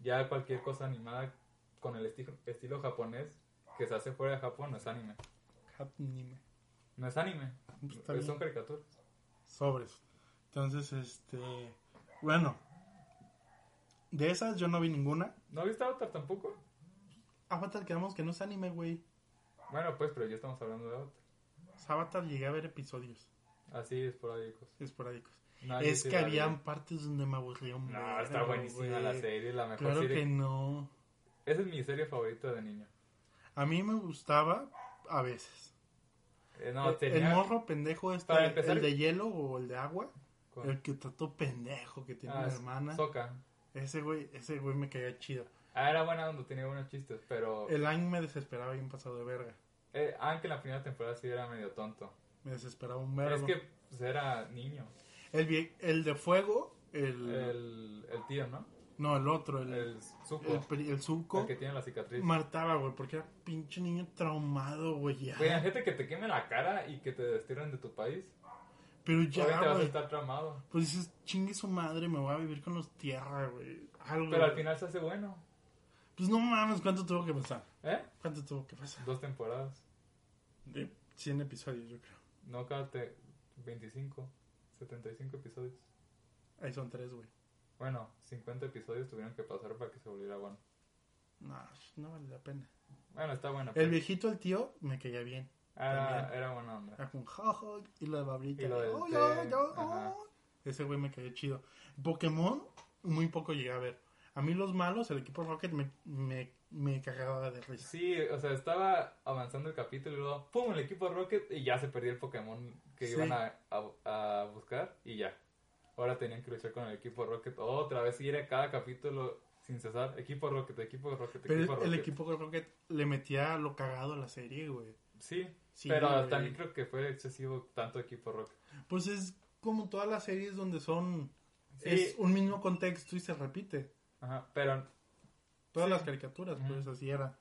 [SPEAKER 3] Ya cualquier cosa animada con el esti- estilo japonés que se hace fuera de Japón no es anime.
[SPEAKER 2] Anime.
[SPEAKER 3] No es anime.
[SPEAKER 2] Pues está
[SPEAKER 3] Pues son
[SPEAKER 2] bien.
[SPEAKER 3] caricaturas.
[SPEAKER 2] Sobres. Entonces, este. Bueno. De esas yo no vi ninguna.
[SPEAKER 3] ¿No viste Avatar tampoco?
[SPEAKER 2] Avatar quedamos que no es anime, güey.
[SPEAKER 3] Bueno, pues, pero ya estamos hablando de Avatar.
[SPEAKER 2] Avatar llegué a ver episodios
[SPEAKER 3] Así es por ahí, cosas.
[SPEAKER 2] esporádicos.
[SPEAKER 3] No, Ah, yo
[SPEAKER 2] es
[SPEAKER 3] sí
[SPEAKER 2] que
[SPEAKER 3] la vi.
[SPEAKER 2] habían partes donde me aburría un
[SPEAKER 3] No,
[SPEAKER 2] vergo,
[SPEAKER 3] está buenísima
[SPEAKER 2] güey.
[SPEAKER 3] la serie, la mejor
[SPEAKER 2] Claro
[SPEAKER 3] serie.
[SPEAKER 2] que no.
[SPEAKER 3] Esa es mi serie favorita de niño.
[SPEAKER 2] A mí me gustaba a veces.
[SPEAKER 3] Eh, no,
[SPEAKER 2] El-
[SPEAKER 3] tenía...
[SPEAKER 2] El morro pendejo este,
[SPEAKER 3] Para empezar-
[SPEAKER 2] el de hielo o el de agua,
[SPEAKER 3] ¿Cuál?
[SPEAKER 2] el que trató pendejo que tiene
[SPEAKER 3] Ah,
[SPEAKER 2] una
[SPEAKER 3] es-
[SPEAKER 2] hermana.
[SPEAKER 3] Sokka.
[SPEAKER 2] Ese güey, ese güey me caía chido.
[SPEAKER 3] Ah, era buena onda, tenía buenos chistes, pero...
[SPEAKER 2] El anime me desesperaba bien pasado de verga.
[SPEAKER 3] eh, aunque en la primera temporada sí era medio tonto.
[SPEAKER 2] Me desesperaba un vergo.
[SPEAKER 3] Pero es que pues, era niño.
[SPEAKER 2] el, vie- el de fuego, el,
[SPEAKER 3] El, el tío, ¿no?
[SPEAKER 2] no, el otro, el, el,
[SPEAKER 3] El suco.
[SPEAKER 2] pri- el Zuko,
[SPEAKER 3] El que tiene la cicatriz.
[SPEAKER 2] mataba, güey, porque era pinche niño traumado, güey. ya.
[SPEAKER 3] Güey, la gente que te queme la cara y que te destierren de tu país.
[SPEAKER 2] Pero
[SPEAKER 3] Ya, te
[SPEAKER 2] ya,
[SPEAKER 3] vas a
[SPEAKER 2] güey.
[SPEAKER 3] estar tramado.
[SPEAKER 2] Pues dices, chingue su madre, me voy a vivir con los tierra, güey. Algo.
[SPEAKER 3] Pero al
[SPEAKER 2] güey.
[SPEAKER 3] final se hace bueno.
[SPEAKER 2] Pues no mames, ¿cuánto tuvo que pasar?
[SPEAKER 3] ¿Eh?
[SPEAKER 2] ¿Cuánto tuvo que pasar?
[SPEAKER 3] Dos temporadas.
[SPEAKER 2] De 100 episodios, yo creo.
[SPEAKER 3] No, cada te- 25, 75 episodios.
[SPEAKER 2] Ahí son tres, güey.
[SPEAKER 3] Bueno, 50 episodios tuvieron que pasar para que se volviera bueno.
[SPEAKER 2] No, no vale la pena.
[SPEAKER 3] Bueno, está bueno.
[SPEAKER 2] El
[SPEAKER 3] pues.
[SPEAKER 2] viejito, el tío, me caía bien.
[SPEAKER 3] Era,
[SPEAKER 2] también.
[SPEAKER 3] era buena onda.
[SPEAKER 2] Era con jajo y la babrita.
[SPEAKER 3] Y lo del
[SPEAKER 2] Hola,
[SPEAKER 3] té,
[SPEAKER 2] yo-
[SPEAKER 3] ajá.
[SPEAKER 2] Ese güey me caía chido. Pokémon, muy poco llegué a ver. A mí los malos, el equipo Rocket, me, me, me cagaba de risa.
[SPEAKER 3] Sí, o sea, estaba avanzando el capítulo y luego, ¡pum! El equipo Rocket y ya se perdió el Pokémon que
[SPEAKER 2] Sí.
[SPEAKER 3] iban a, a- a buscar y ya. Ahora tenían que luchar con el equipo Rocket otra vez y era cada capítulo sin cesar. Equipo Rocket, equipo Rocket,
[SPEAKER 2] Pero
[SPEAKER 3] equipo
[SPEAKER 2] el
[SPEAKER 3] Rocket.
[SPEAKER 2] equipo Rocket le metía lo cagado a la serie, güey.
[SPEAKER 3] Sí,
[SPEAKER 2] Sí,
[SPEAKER 3] pero
[SPEAKER 2] güey.
[SPEAKER 3] también creo que fue excesivo tanto equipo Rocket.
[SPEAKER 2] Pues es como todas las series donde son...
[SPEAKER 3] Sí.
[SPEAKER 2] Es un mismo contexto y se repite.
[SPEAKER 3] Ajá, pero
[SPEAKER 2] Todas las caricaturas, pues así era.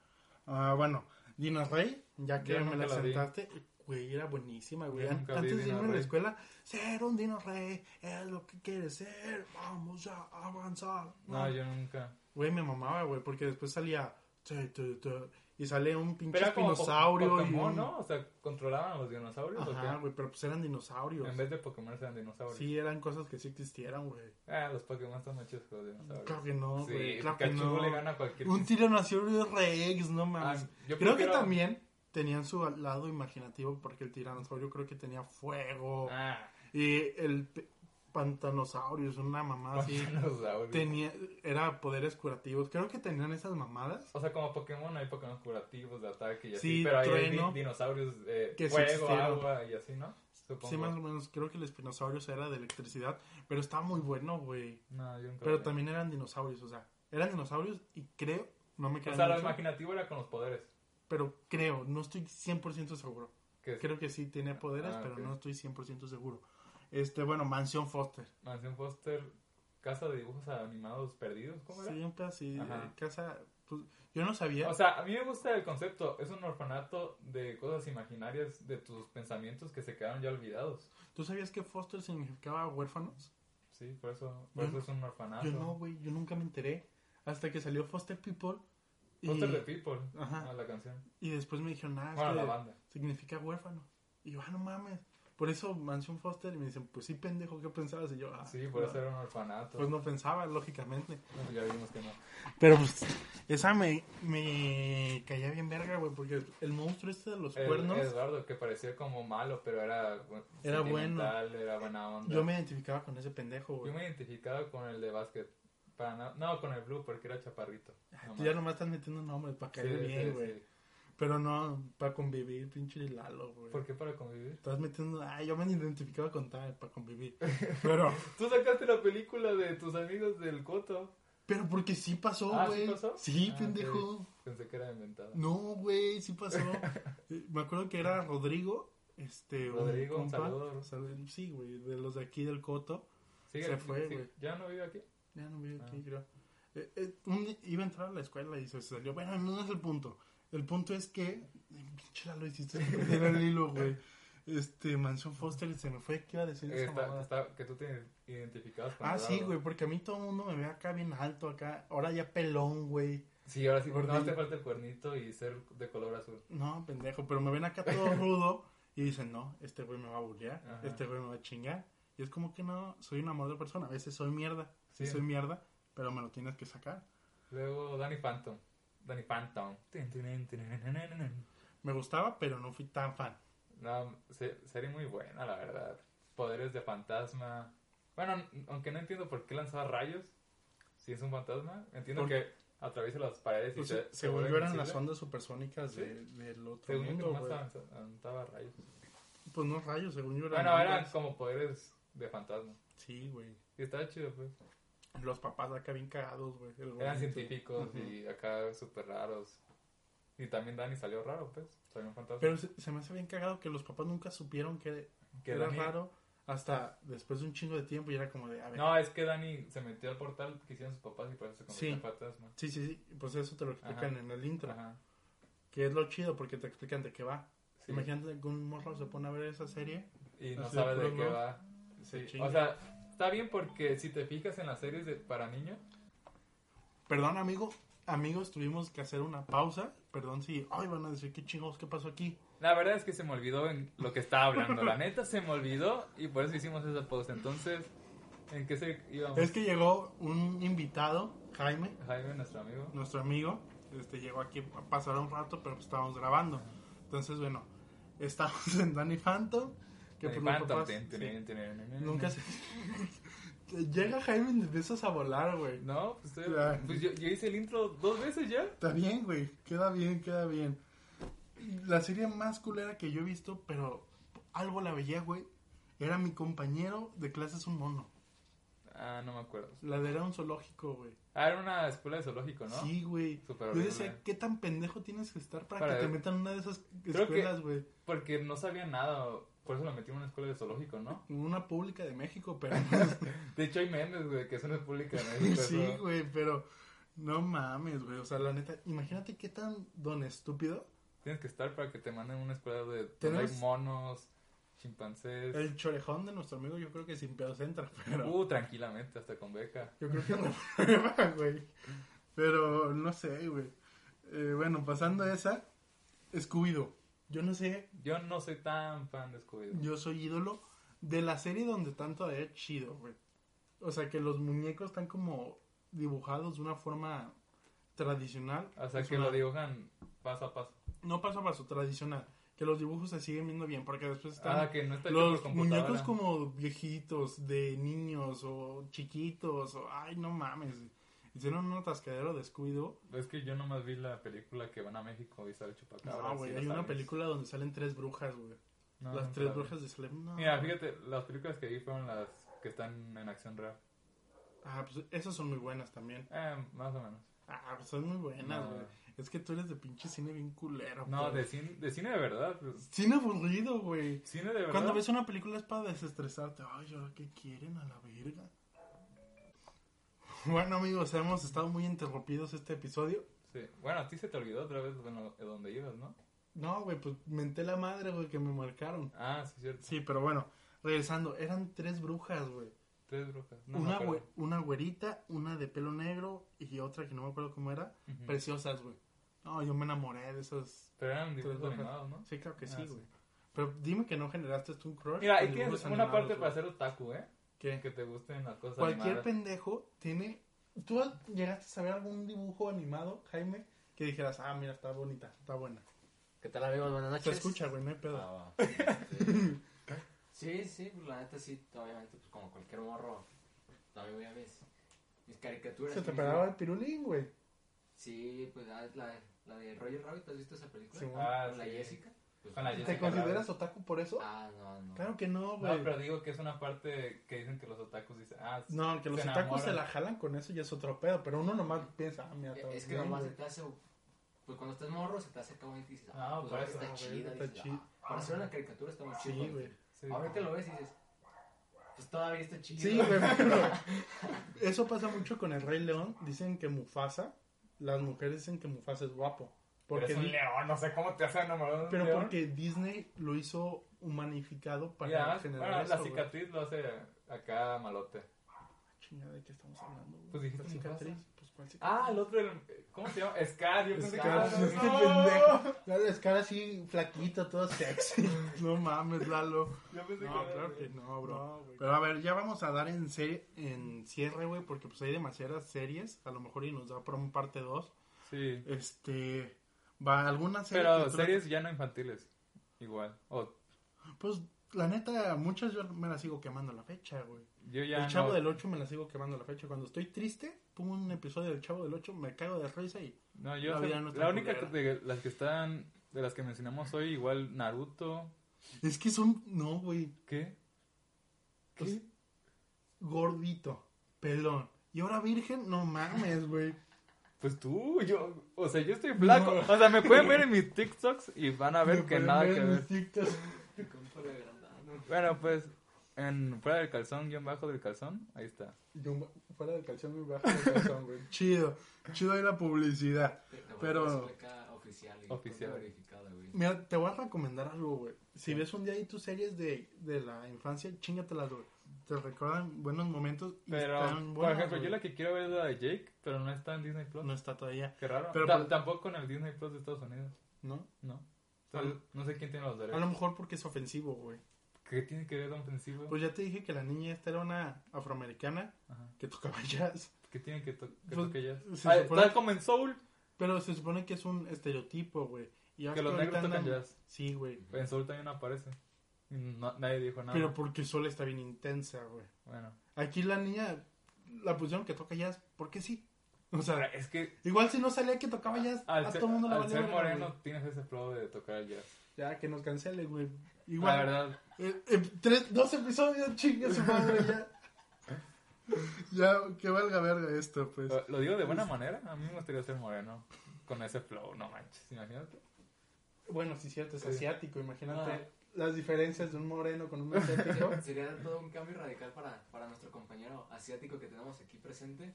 [SPEAKER 2] Ah, bueno, Dino Rey, ya que
[SPEAKER 3] Yo
[SPEAKER 2] me
[SPEAKER 3] nunca
[SPEAKER 2] la
[SPEAKER 3] la vi.
[SPEAKER 2] sentaste, güey, era buenísima, güey.
[SPEAKER 3] Yo
[SPEAKER 2] An-
[SPEAKER 3] nunca vi
[SPEAKER 2] Antes de
[SPEAKER 3] Dino
[SPEAKER 2] irme a la
[SPEAKER 3] Rey.
[SPEAKER 2] escuela, ser un Dino Rey es lo que quieres ser, vamos a avanzar.
[SPEAKER 3] no, yo nunca.
[SPEAKER 2] Güey, me mamaba, güey, porque después salía... "Te, te, te", y sale un pinche
[SPEAKER 3] Pero era como po-
[SPEAKER 2] dinosaurio y
[SPEAKER 3] Pokémon,
[SPEAKER 2] un-
[SPEAKER 3] ¿no? O sea, controlaban a los dinosaurios. ¿o
[SPEAKER 2] Ajá,
[SPEAKER 3] qué?
[SPEAKER 2] güey, pero pues eran dinosaurios.
[SPEAKER 3] En vez de Pokémon eran dinosaurios.
[SPEAKER 2] Sí, eran cosas que sí existieran, güey.
[SPEAKER 3] Ah, los Pokémon están más chidos que los dinosaurios.
[SPEAKER 2] Claro que no,
[SPEAKER 3] Sí,
[SPEAKER 2] güey. claro que
[SPEAKER 3] Pikachu
[SPEAKER 2] no.
[SPEAKER 3] le gana a cualquier.
[SPEAKER 2] Un tiranosaurio rex, no mames.
[SPEAKER 3] Ah,
[SPEAKER 2] creo
[SPEAKER 3] yo
[SPEAKER 2] que
[SPEAKER 3] prefiero-
[SPEAKER 2] también tenían su lado imaginativo porque el tiranosaurio creo que tenía fuego.
[SPEAKER 3] Ah,
[SPEAKER 2] Y el pe- pantanosaurio es una mamada así.
[SPEAKER 3] dinosaurio.
[SPEAKER 2] Tenía, era poderes curativos. Creo que tenían esas mamadas
[SPEAKER 3] O sea, como Pokémon hay Pokémon curativos de ataque y así,
[SPEAKER 2] Sí,
[SPEAKER 3] pero hay
[SPEAKER 2] trueno.
[SPEAKER 3] di- dinosaurios eh,
[SPEAKER 2] Que sí
[SPEAKER 3] fuego,
[SPEAKER 2] existieron.
[SPEAKER 3] agua y así, ¿no? Supongo.
[SPEAKER 2] Sí, más o menos. Creo que el espinosaurio era de electricidad. Pero estaba muy bueno, güey.
[SPEAKER 3] No, yo nunca
[SPEAKER 2] Pero
[SPEAKER 3] vi.
[SPEAKER 2] también eran dinosaurios, o sea. Eran dinosaurios y creo, no me
[SPEAKER 3] O
[SPEAKER 2] crean
[SPEAKER 3] sea, lo
[SPEAKER 2] mucho,
[SPEAKER 3] imaginativo era con los poderes.
[SPEAKER 2] pero creo, no estoy 100% seguro.
[SPEAKER 3] Que es
[SPEAKER 2] Creo que sí tiene poderes,
[SPEAKER 3] Ah,
[SPEAKER 2] pero
[SPEAKER 3] ok.
[SPEAKER 2] no estoy 100% seguro. Este, bueno, Mansión Foster.
[SPEAKER 3] Mansión Foster, Casa de Dibujos Animados Perdidos, ¿cómo era?
[SPEAKER 2] Siempre así,
[SPEAKER 3] Ajá.
[SPEAKER 2] eh, casa... pues, yo no sabía.
[SPEAKER 3] O sea, a mí me gusta el concepto. Es un orfanato de cosas imaginarias de tus pensamientos que se quedaron ya olvidados.
[SPEAKER 2] ¿Tú sabías que Foster significaba huérfanos?
[SPEAKER 3] Sí, por eso,
[SPEAKER 2] Yo
[SPEAKER 3] por
[SPEAKER 2] no-
[SPEAKER 3] eso es un orfanato.
[SPEAKER 2] Yo no, güey, yo nunca me enteré. Hasta que salió Foster People. Y,
[SPEAKER 3] Foster the People,
[SPEAKER 2] Ajá.
[SPEAKER 3] ah, la canción.
[SPEAKER 2] y después me dijeron, ah, es
[SPEAKER 3] Bueno,
[SPEAKER 2] que
[SPEAKER 3] la banda.
[SPEAKER 2] significa huérfano. Y yo, ah, no mames. Por eso Mansión Foster. Y me dicen, pues sí, pendejo, ¿qué pensabas? Y yo, ah,
[SPEAKER 3] Sí, por
[SPEAKER 2] no.
[SPEAKER 3] eso era un orfanato.
[SPEAKER 2] Pues no pensaba, lógicamente.
[SPEAKER 3] No, ya vimos que no.
[SPEAKER 2] Pero pues, esa me, me caía bien verga, güey, porque el monstruo este de los
[SPEAKER 3] El-
[SPEAKER 2] cuernos,
[SPEAKER 3] Eh, Eduardo, que parecía como malo, pero era, bu-
[SPEAKER 2] Era
[SPEAKER 3] sentimental, Era buena onda.
[SPEAKER 2] yo me identificaba con ese pendejo,
[SPEAKER 3] Yo
[SPEAKER 2] güey.
[SPEAKER 3] me identificaba con el de básquet. Para na- No, con el blue, porque era chaparrito. No
[SPEAKER 2] Ah, Tú ya
[SPEAKER 3] más.
[SPEAKER 2] nomás estás metiendo nombres para
[SPEAKER 3] Sí,
[SPEAKER 2] caer
[SPEAKER 3] sí,
[SPEAKER 2] bien,
[SPEAKER 3] sí.
[SPEAKER 2] güey. Pero no, para convivir, pinche Lalo, güey.
[SPEAKER 3] ¿Por qué para convivir?
[SPEAKER 2] Estás metiendo, ah, yo me identificaba con tal, para convivir. Pero,
[SPEAKER 3] Tú sacaste la película de tus amigos del Coto.
[SPEAKER 2] pero porque sí pasó,
[SPEAKER 3] Ah, ¿sí
[SPEAKER 2] güey.
[SPEAKER 3] pasó? Ah,
[SPEAKER 2] pendejo.
[SPEAKER 3] ok. Pensé que era inventada.
[SPEAKER 2] No, güey, sí pasó. Eh, me acuerdo que era Rodrigo, este, un
[SPEAKER 3] Rodrigo, un
[SPEAKER 2] compa.
[SPEAKER 3] saludo.
[SPEAKER 2] Sal- Sí, güey, de los de aquí del Coto.
[SPEAKER 3] Sigue-
[SPEAKER 2] se fue,
[SPEAKER 3] sigue-
[SPEAKER 2] güey.
[SPEAKER 3] ¿Ya no vive aquí?
[SPEAKER 2] Ya no vive aquí,
[SPEAKER 3] Ah.
[SPEAKER 2] creo. Eh, eh, un día iba a entrar a la escuela y se salió. Bueno, no es el punto. El punto es que. Pinche lo hiciste perder el hilo, güey. Este, Mansión Foster se me fue. ¿Qué iba a decir?
[SPEAKER 3] Que,
[SPEAKER 2] esa
[SPEAKER 3] está-
[SPEAKER 2] mamada?
[SPEAKER 3] está- que tú te identificabas con
[SPEAKER 2] Ah,
[SPEAKER 3] Eduardo.
[SPEAKER 2] sí, güey, porque a mí todo el mundo me ve acá bien alto, acá. Ahora ya pelón, güey.
[SPEAKER 3] Sí, ahora sí,
[SPEAKER 2] Por
[SPEAKER 3] porque no
[SPEAKER 2] mí.
[SPEAKER 3] te falta el cuernito y ser de color azul.
[SPEAKER 2] No, pendejo, pero me ven acá todo rudo y dicen, no, este güey me va a bullear,
[SPEAKER 3] Ajá.
[SPEAKER 2] este güey me va a chingar. Y es como que no, soy un amor de persona. A veces soy mierda, sí,
[SPEAKER 3] Sí.
[SPEAKER 2] soy mierda, pero me lo tienes que sacar.
[SPEAKER 3] Luego Danny Phantom. Danny Phantom. Tin, tin, tin, tin, tin, tin, tin.
[SPEAKER 2] Me gustaba, pero no fui tan fan.
[SPEAKER 3] No, se- serie muy buena, la verdad. Poderes de fantasma. Bueno, n- aunque no entiendo por qué lanzaba rayos. Si es un fantasma, entiendo
[SPEAKER 2] Por-
[SPEAKER 3] que atraviesa las paredes y
[SPEAKER 2] Pues,
[SPEAKER 3] se,
[SPEAKER 2] se- según yo eran las
[SPEAKER 3] ondas.
[SPEAKER 2] ondas supersónicas de- del otro
[SPEAKER 3] Según yo,
[SPEAKER 2] mundo,
[SPEAKER 3] nomás
[SPEAKER 2] güey.
[SPEAKER 3] lanza- lanzaba rayos.
[SPEAKER 2] Pues no rayos, según yo eran
[SPEAKER 3] Bueno, eran
[SPEAKER 2] ondas.
[SPEAKER 3] como poderes de fantasma.
[SPEAKER 2] Sí, güey.
[SPEAKER 3] Y estaba chido, pues.
[SPEAKER 2] Los papás acá bien cagados, güey. El
[SPEAKER 3] Eran
[SPEAKER 2] gordito.
[SPEAKER 3] científicos y acá súper raros. Y también Dani salió raro, pues. Salió un fantasma.
[SPEAKER 2] Pero se, se me hace bien cagado que los papás nunca supieron que,
[SPEAKER 3] Que
[SPEAKER 2] era
[SPEAKER 3] Dani-
[SPEAKER 2] raro hasta después de un chingo de tiempo y era como de, a ver,
[SPEAKER 3] No, es que Dani se metió al portal que hicieron sus papás y por eso se convirtió
[SPEAKER 2] Sí.
[SPEAKER 3] en fantasma.
[SPEAKER 2] Sí, sí, sí, pues eso te lo explican
[SPEAKER 3] Ajá.
[SPEAKER 2] en el intro,
[SPEAKER 3] Ajá.
[SPEAKER 2] que es lo chido porque te explican de qué va.
[SPEAKER 3] Sí.
[SPEAKER 2] Imagínate que un morro se pone a ver esa serie.
[SPEAKER 3] Y no
[SPEAKER 2] Así de
[SPEAKER 3] sabes de
[SPEAKER 2] puro
[SPEAKER 3] qué
[SPEAKER 2] no.
[SPEAKER 3] va.
[SPEAKER 2] Se
[SPEAKER 3] Sí,
[SPEAKER 2] chinga.
[SPEAKER 3] O sea, está bien porque si te fijas en las series de, para niños,
[SPEAKER 2] Perdón, amigo, amigos, tuvimos que hacer una pausa. Perdón si, ay, van a decir qué chingados, qué pasó aquí.
[SPEAKER 3] la verdad es que se me olvidó en lo que estaba hablando. La neta se me olvidó y por eso hicimos esa pausa. Entonces, ¿en qué se íbamos?
[SPEAKER 2] Es que llegó un invitado, Jaime,
[SPEAKER 3] Jaime, nuestro amigo.
[SPEAKER 2] nuestro amigo, este llegó aquí a pasar un rato, pero pues estábamos grabando. Entonces, bueno, estamos en Danny Phantom. Que pues
[SPEAKER 3] Danny
[SPEAKER 2] los
[SPEAKER 3] Phantom,
[SPEAKER 2] papás-
[SPEAKER 3] ten, ten,
[SPEAKER 2] sí,
[SPEAKER 3] ten, ten, ten, ten.
[SPEAKER 2] Nunca se... Llega Jaime y empiezas a volar, güey.
[SPEAKER 3] No, pues, estoy-
[SPEAKER 2] Ya.
[SPEAKER 3] pues yo, yo hice el intro dos veces ya.
[SPEAKER 2] Está bien, güey. Queda bien, queda bien. La serie más culera que yo he visto, pero algo la veía, güey. Era mi compañero de clases un mono.
[SPEAKER 3] Ah, no me acuerdo.
[SPEAKER 2] La de era un zoológico, güey.
[SPEAKER 3] Ah, era una escuela de zoológico, ¿no?
[SPEAKER 2] Sí, güey.
[SPEAKER 3] Súper
[SPEAKER 2] Yo
[SPEAKER 3] horrible.
[SPEAKER 2] decía, ¿qué tan pendejo tienes que estar para,
[SPEAKER 3] Para-
[SPEAKER 2] que te metan en una de esas
[SPEAKER 3] Creo que-
[SPEAKER 2] escuelas, güey?
[SPEAKER 3] Porque no sabía nada, por eso la metí en una escuela de zoológico, ¿no?
[SPEAKER 2] Una pública de México, pero...
[SPEAKER 3] De hecho, hay memes, güey, que es una pública de México.
[SPEAKER 2] sí,
[SPEAKER 3] eso.
[SPEAKER 2] güey, pero... No mames, güey. O sea, la neta, imagínate qué tan don estúpido.
[SPEAKER 3] Tienes que estar para que te manden una escuela de donde
[SPEAKER 2] Tenemos-
[SPEAKER 3] hay monos, chimpancés.
[SPEAKER 2] El chorejón de nuestro amigo yo creo que sin pedos entra, pero...
[SPEAKER 3] Uh, tranquilamente, hasta con beca.
[SPEAKER 2] Yo creo que la prueba, güey. Pero no sé, güey. Eh, bueno, pasando a esa, Scooby-Doo. Yo no sé,
[SPEAKER 3] Yo no soy tan fan de Scooby-Doo.
[SPEAKER 2] yo soy ídolo de la serie donde tanto es chido, güey. O sea, que los muñecos están como dibujados de una forma tradicional.
[SPEAKER 3] O sea,
[SPEAKER 2] Es
[SPEAKER 3] que
[SPEAKER 2] una-
[SPEAKER 3] lo dibujan paso a paso.
[SPEAKER 2] No paso a paso, tradicional. Que los dibujos se siguen viendo bien, porque después están...
[SPEAKER 3] Ah, que no está hecho
[SPEAKER 2] Los
[SPEAKER 3] por computadora.
[SPEAKER 2] muñecos como viejitos, de niños o chiquitos, o ay, no mames. Hicieron un atascadero de Scooby-Doo
[SPEAKER 3] Es que yo nomás vi la película que van a México y sale Chupacabra.
[SPEAKER 2] No, Ah, güey, hay una película donde salen tres brujas, güey. las tres brujas de Salem. No.
[SPEAKER 3] Mira, fíjate, las películas que vi fueron las que están en acción real.
[SPEAKER 2] Ah, pues esas son muy buenas también.
[SPEAKER 3] Eh, más o menos.
[SPEAKER 2] Ah, pues son muy buenas,
[SPEAKER 3] No.
[SPEAKER 2] güey. Es que tú eres de pinche cine bien culero.
[SPEAKER 3] No,
[SPEAKER 2] güey.
[SPEAKER 3] de cine, de cine de verdad. pues,
[SPEAKER 2] Cine aburrido, güey.
[SPEAKER 3] Cine de verdad.
[SPEAKER 2] Cuando ves una película es para desestresarte. Ay, ahora qué quieren a la verga. Bueno, amigos, hemos estado muy interrumpidos este episodio.
[SPEAKER 3] Sí. Bueno, a ti se te olvidó otra vez bueno, de donde ibas, ¿no?
[SPEAKER 2] No, güey, pues menté la madre, güey, que me marcaron.
[SPEAKER 3] Ah, sí, cierto.
[SPEAKER 2] Sí, pero bueno, regresando, eran tres brujas, güey.
[SPEAKER 3] Tres brujas. No me
[SPEAKER 2] una,
[SPEAKER 3] acuerdo.
[SPEAKER 2] güe- una güerita, una de pelo negro y otra que no me acuerdo cómo era.
[SPEAKER 3] Ujú.
[SPEAKER 2] Preciosas, güey. No, yo me enamoré de esas.
[SPEAKER 3] Pero eran
[SPEAKER 2] tres
[SPEAKER 3] dibujos
[SPEAKER 2] brujas.
[SPEAKER 3] animados, ¿no?
[SPEAKER 2] Sí, claro que sí,
[SPEAKER 3] Ah, sí.
[SPEAKER 2] güey. Pero dime que no generaste tú un crush.
[SPEAKER 3] Mira,
[SPEAKER 2] con
[SPEAKER 3] ahí tienes
[SPEAKER 2] dibujos
[SPEAKER 3] una
[SPEAKER 2] animados,
[SPEAKER 3] parte
[SPEAKER 2] güey.
[SPEAKER 3] para ser otaku, ¿eh?
[SPEAKER 2] ¿Qué?
[SPEAKER 3] Que te gusten las cosas
[SPEAKER 2] Cualquier
[SPEAKER 3] animadas.
[SPEAKER 2] pendejo tiene. ¿Tú has- llegaste a saber algún dibujo animado, Jaime? Que dijeras, ah, mira, está bonita, está buena.
[SPEAKER 4] ¿Qué tal amigos? Buenas noches.
[SPEAKER 2] Se escucha, güey, no hay pedo.
[SPEAKER 4] Ah, va. Sí. sí, sí, pues la neta sí, obviamente, pues como cualquier morro, todavía voy a mis, mis caricaturas.
[SPEAKER 2] Se te
[SPEAKER 4] mis-
[SPEAKER 2] paraba el pirulín, güey.
[SPEAKER 4] Ah, Sí, pues ah, la, la de Roger Rabbit, ¿has visto esa película?
[SPEAKER 2] Sí,
[SPEAKER 3] Ah,
[SPEAKER 4] Con la
[SPEAKER 3] sí.
[SPEAKER 4] Jessica. Pues,
[SPEAKER 3] Con la
[SPEAKER 4] ah,
[SPEAKER 3] Jessica
[SPEAKER 2] ¿Te consideras otaku por eso?
[SPEAKER 4] Ah, no, no.
[SPEAKER 2] Claro que no, güey.
[SPEAKER 3] No, pero digo que es una parte que dicen que los otakus dicen, ah,
[SPEAKER 2] No, que los
[SPEAKER 3] se
[SPEAKER 2] otakus se
[SPEAKER 3] enamoran.
[SPEAKER 2] la jalan con eso ya es otro pedo, pero uno nomás piensa, ah, mira,
[SPEAKER 4] Eh,
[SPEAKER 2] está
[SPEAKER 4] es que
[SPEAKER 2] bien,
[SPEAKER 4] nomás se
[SPEAKER 2] güey.
[SPEAKER 4] te hace, pues cuando estás morro se te hace como y dices,
[SPEAKER 3] Ah,
[SPEAKER 4] ah, pues
[SPEAKER 3] por
[SPEAKER 4] ahora
[SPEAKER 3] eso,
[SPEAKER 4] está
[SPEAKER 2] ah, güey,
[SPEAKER 4] chida.
[SPEAKER 2] está
[SPEAKER 4] dices,
[SPEAKER 2] chido.
[SPEAKER 4] ah, para hacer una caricatura está muy
[SPEAKER 2] Sí,
[SPEAKER 4] chido.
[SPEAKER 2] güey.
[SPEAKER 3] Sí.
[SPEAKER 4] Ahorita lo ves y dices, pues todavía está chido.
[SPEAKER 2] Sí, güey, pero eso pasa mucho con el Rey León. Dicen que Mufasa, las mujeres dicen que Mufasa es guapo.
[SPEAKER 3] Porque
[SPEAKER 2] Porque
[SPEAKER 3] es un
[SPEAKER 2] Di-
[SPEAKER 3] león, no sé cómo te hace enamorado de un
[SPEAKER 2] pero
[SPEAKER 3] león.
[SPEAKER 2] porque Disney lo hizo humanificado para
[SPEAKER 3] Y además,
[SPEAKER 2] generar
[SPEAKER 3] bueno,
[SPEAKER 2] eso,
[SPEAKER 3] la
[SPEAKER 2] güey.
[SPEAKER 3] cicatriz lo hace acá malote.
[SPEAKER 2] Chingada, ¿de qué estamos hablando? güey?
[SPEAKER 3] Pues dijiste
[SPEAKER 2] ¿La
[SPEAKER 3] Mufasa.
[SPEAKER 2] cicatriz? Pues, ¿cuál cicatriz?
[SPEAKER 3] Ah, el otro, el- ¿cómo se llama? Scar, yo pensé
[SPEAKER 2] Scar,
[SPEAKER 3] que
[SPEAKER 2] este
[SPEAKER 3] Ah.
[SPEAKER 2] pendejo. Lalo Scar así flaquito, todo sexy. No mames, Lalo.
[SPEAKER 3] Yo pensé
[SPEAKER 2] No,
[SPEAKER 3] que
[SPEAKER 2] claro que no, bro. Pero a ver, ya vamos a dar en, se- en cierre, güey, porque pues hay demasiadas series. A lo mejor y nos da por un parte 2.
[SPEAKER 3] Sí,
[SPEAKER 2] Este. Va, alguna serie.
[SPEAKER 3] pero
[SPEAKER 2] que tú-
[SPEAKER 3] series ya no infantiles. Igual. O
[SPEAKER 2] Pues la neta, muchas yo me las sigo quemando a la fecha, güey.
[SPEAKER 3] yo ya
[SPEAKER 2] el Chavo
[SPEAKER 3] no,
[SPEAKER 2] del 8 me la sigo quemando a la fecha. Cuando estoy triste, pongo un episodio del Chavo del 8, me cago de risa y.
[SPEAKER 3] No, yo
[SPEAKER 2] La
[SPEAKER 3] sé-
[SPEAKER 2] vida no es
[SPEAKER 3] la
[SPEAKER 2] tan
[SPEAKER 3] única
[SPEAKER 2] culera.
[SPEAKER 3] de las que están de las que mencionamos hoy igual Naruto,
[SPEAKER 2] Es que son. No, güey.
[SPEAKER 3] ¿qué? ¿Qué?
[SPEAKER 2] Pues, gordito, pelón. Y ahora virgen, no mames, güey.
[SPEAKER 3] Pues tú, yo, o sea, yo estoy flaco,
[SPEAKER 2] No.
[SPEAKER 3] o sea, me pueden ver en mis TikToks y van a ver
[SPEAKER 2] Me
[SPEAKER 3] que
[SPEAKER 2] pueden
[SPEAKER 3] nada
[SPEAKER 2] ver
[SPEAKER 3] que
[SPEAKER 2] en
[SPEAKER 3] ver.
[SPEAKER 2] mis TikToks.
[SPEAKER 4] Compa de verdad, ¿no?
[SPEAKER 3] Bueno, pues en fuera del calzón, guión bajo del calzón, ahí está.
[SPEAKER 2] Yo me- fuera del calzón me bajo del calzón, güey. Chido, chido ahí la publicidad.
[SPEAKER 4] Te- te
[SPEAKER 2] Pero-
[SPEAKER 4] vuelves fleca oficial y
[SPEAKER 3] Oficial.
[SPEAKER 4] cuenta verificada, güey.
[SPEAKER 2] Mira, te voy a recomendar algo, güey. Si ves un día ahí tus series de, de la infancia, chingatelas, güey. Te recuerdan buenos momentos y
[SPEAKER 3] Pero
[SPEAKER 2] están
[SPEAKER 3] por
[SPEAKER 2] buenas,
[SPEAKER 3] ejemplo, yo
[SPEAKER 2] güey.
[SPEAKER 3] la que quiero ver es la de Jake, pero no está en Disney Plus.
[SPEAKER 2] No está todavía,
[SPEAKER 3] Qué raro.
[SPEAKER 2] Pero
[SPEAKER 3] Ta-
[SPEAKER 2] por-
[SPEAKER 3] Tampoco en el Disney Plus de Estados Unidos,
[SPEAKER 2] ¿no?
[SPEAKER 3] ¿no? Entonces, no sé quién tiene los
[SPEAKER 2] A lo
[SPEAKER 3] derechos.
[SPEAKER 2] mejor porque es ofensivo, güey.
[SPEAKER 3] ¿Qué tiene que ver de ofensivo?
[SPEAKER 2] Pues ya te dije que la niña esta era una afroamericana
[SPEAKER 3] Ajá.
[SPEAKER 2] que tocaba jazz.
[SPEAKER 3] ¿Qué tiene que, to que
[SPEAKER 2] Pues,
[SPEAKER 3] toque jazz?
[SPEAKER 2] se
[SPEAKER 3] Ah,
[SPEAKER 2] supone-
[SPEAKER 3] Tal como en Soul,
[SPEAKER 2] Pero se supone que es un estereotipo, güey. Y ya
[SPEAKER 3] Que los
[SPEAKER 2] hasta ahorita
[SPEAKER 3] negros tocan
[SPEAKER 2] andan-
[SPEAKER 3] jazz.
[SPEAKER 2] Sí, güey.
[SPEAKER 3] en Soul también aparece. Y no- nadie dijo nada.
[SPEAKER 2] Pero porque Sol está bien intensa, güey.
[SPEAKER 3] Bueno,
[SPEAKER 2] Aquí la niña la pusieron que toca jazz porque sí. O
[SPEAKER 3] Ahora,
[SPEAKER 2] sea,
[SPEAKER 3] es que
[SPEAKER 2] igual si no salía que tocaba jazz,
[SPEAKER 3] Ah, al
[SPEAKER 2] a
[SPEAKER 3] ser,
[SPEAKER 2] todo el mundo la
[SPEAKER 3] al
[SPEAKER 2] valía
[SPEAKER 3] ser
[SPEAKER 2] verga,
[SPEAKER 3] moreno
[SPEAKER 2] güey.
[SPEAKER 3] tienes ese flow de tocar el jazz.
[SPEAKER 2] Ya, que nos cancele, güey.
[SPEAKER 3] La
[SPEAKER 2] Igual.
[SPEAKER 3] verdad,
[SPEAKER 2] eh, eh, tres, dos episodios, chingue su madre, ya. ya, que valga verga esto, pues.
[SPEAKER 3] lo- lo digo de buena manera. A mí me gustaría ser moreno con ese flow, no manches, imagínate.
[SPEAKER 2] Bueno, sí, cierto, es
[SPEAKER 3] Sí.
[SPEAKER 2] asiático. Imagínate
[SPEAKER 3] Ah.
[SPEAKER 2] las diferencias de un moreno con un asiático.
[SPEAKER 4] Sería todo un cambio radical para, para nuestro compañero asiático que tenemos aquí presente.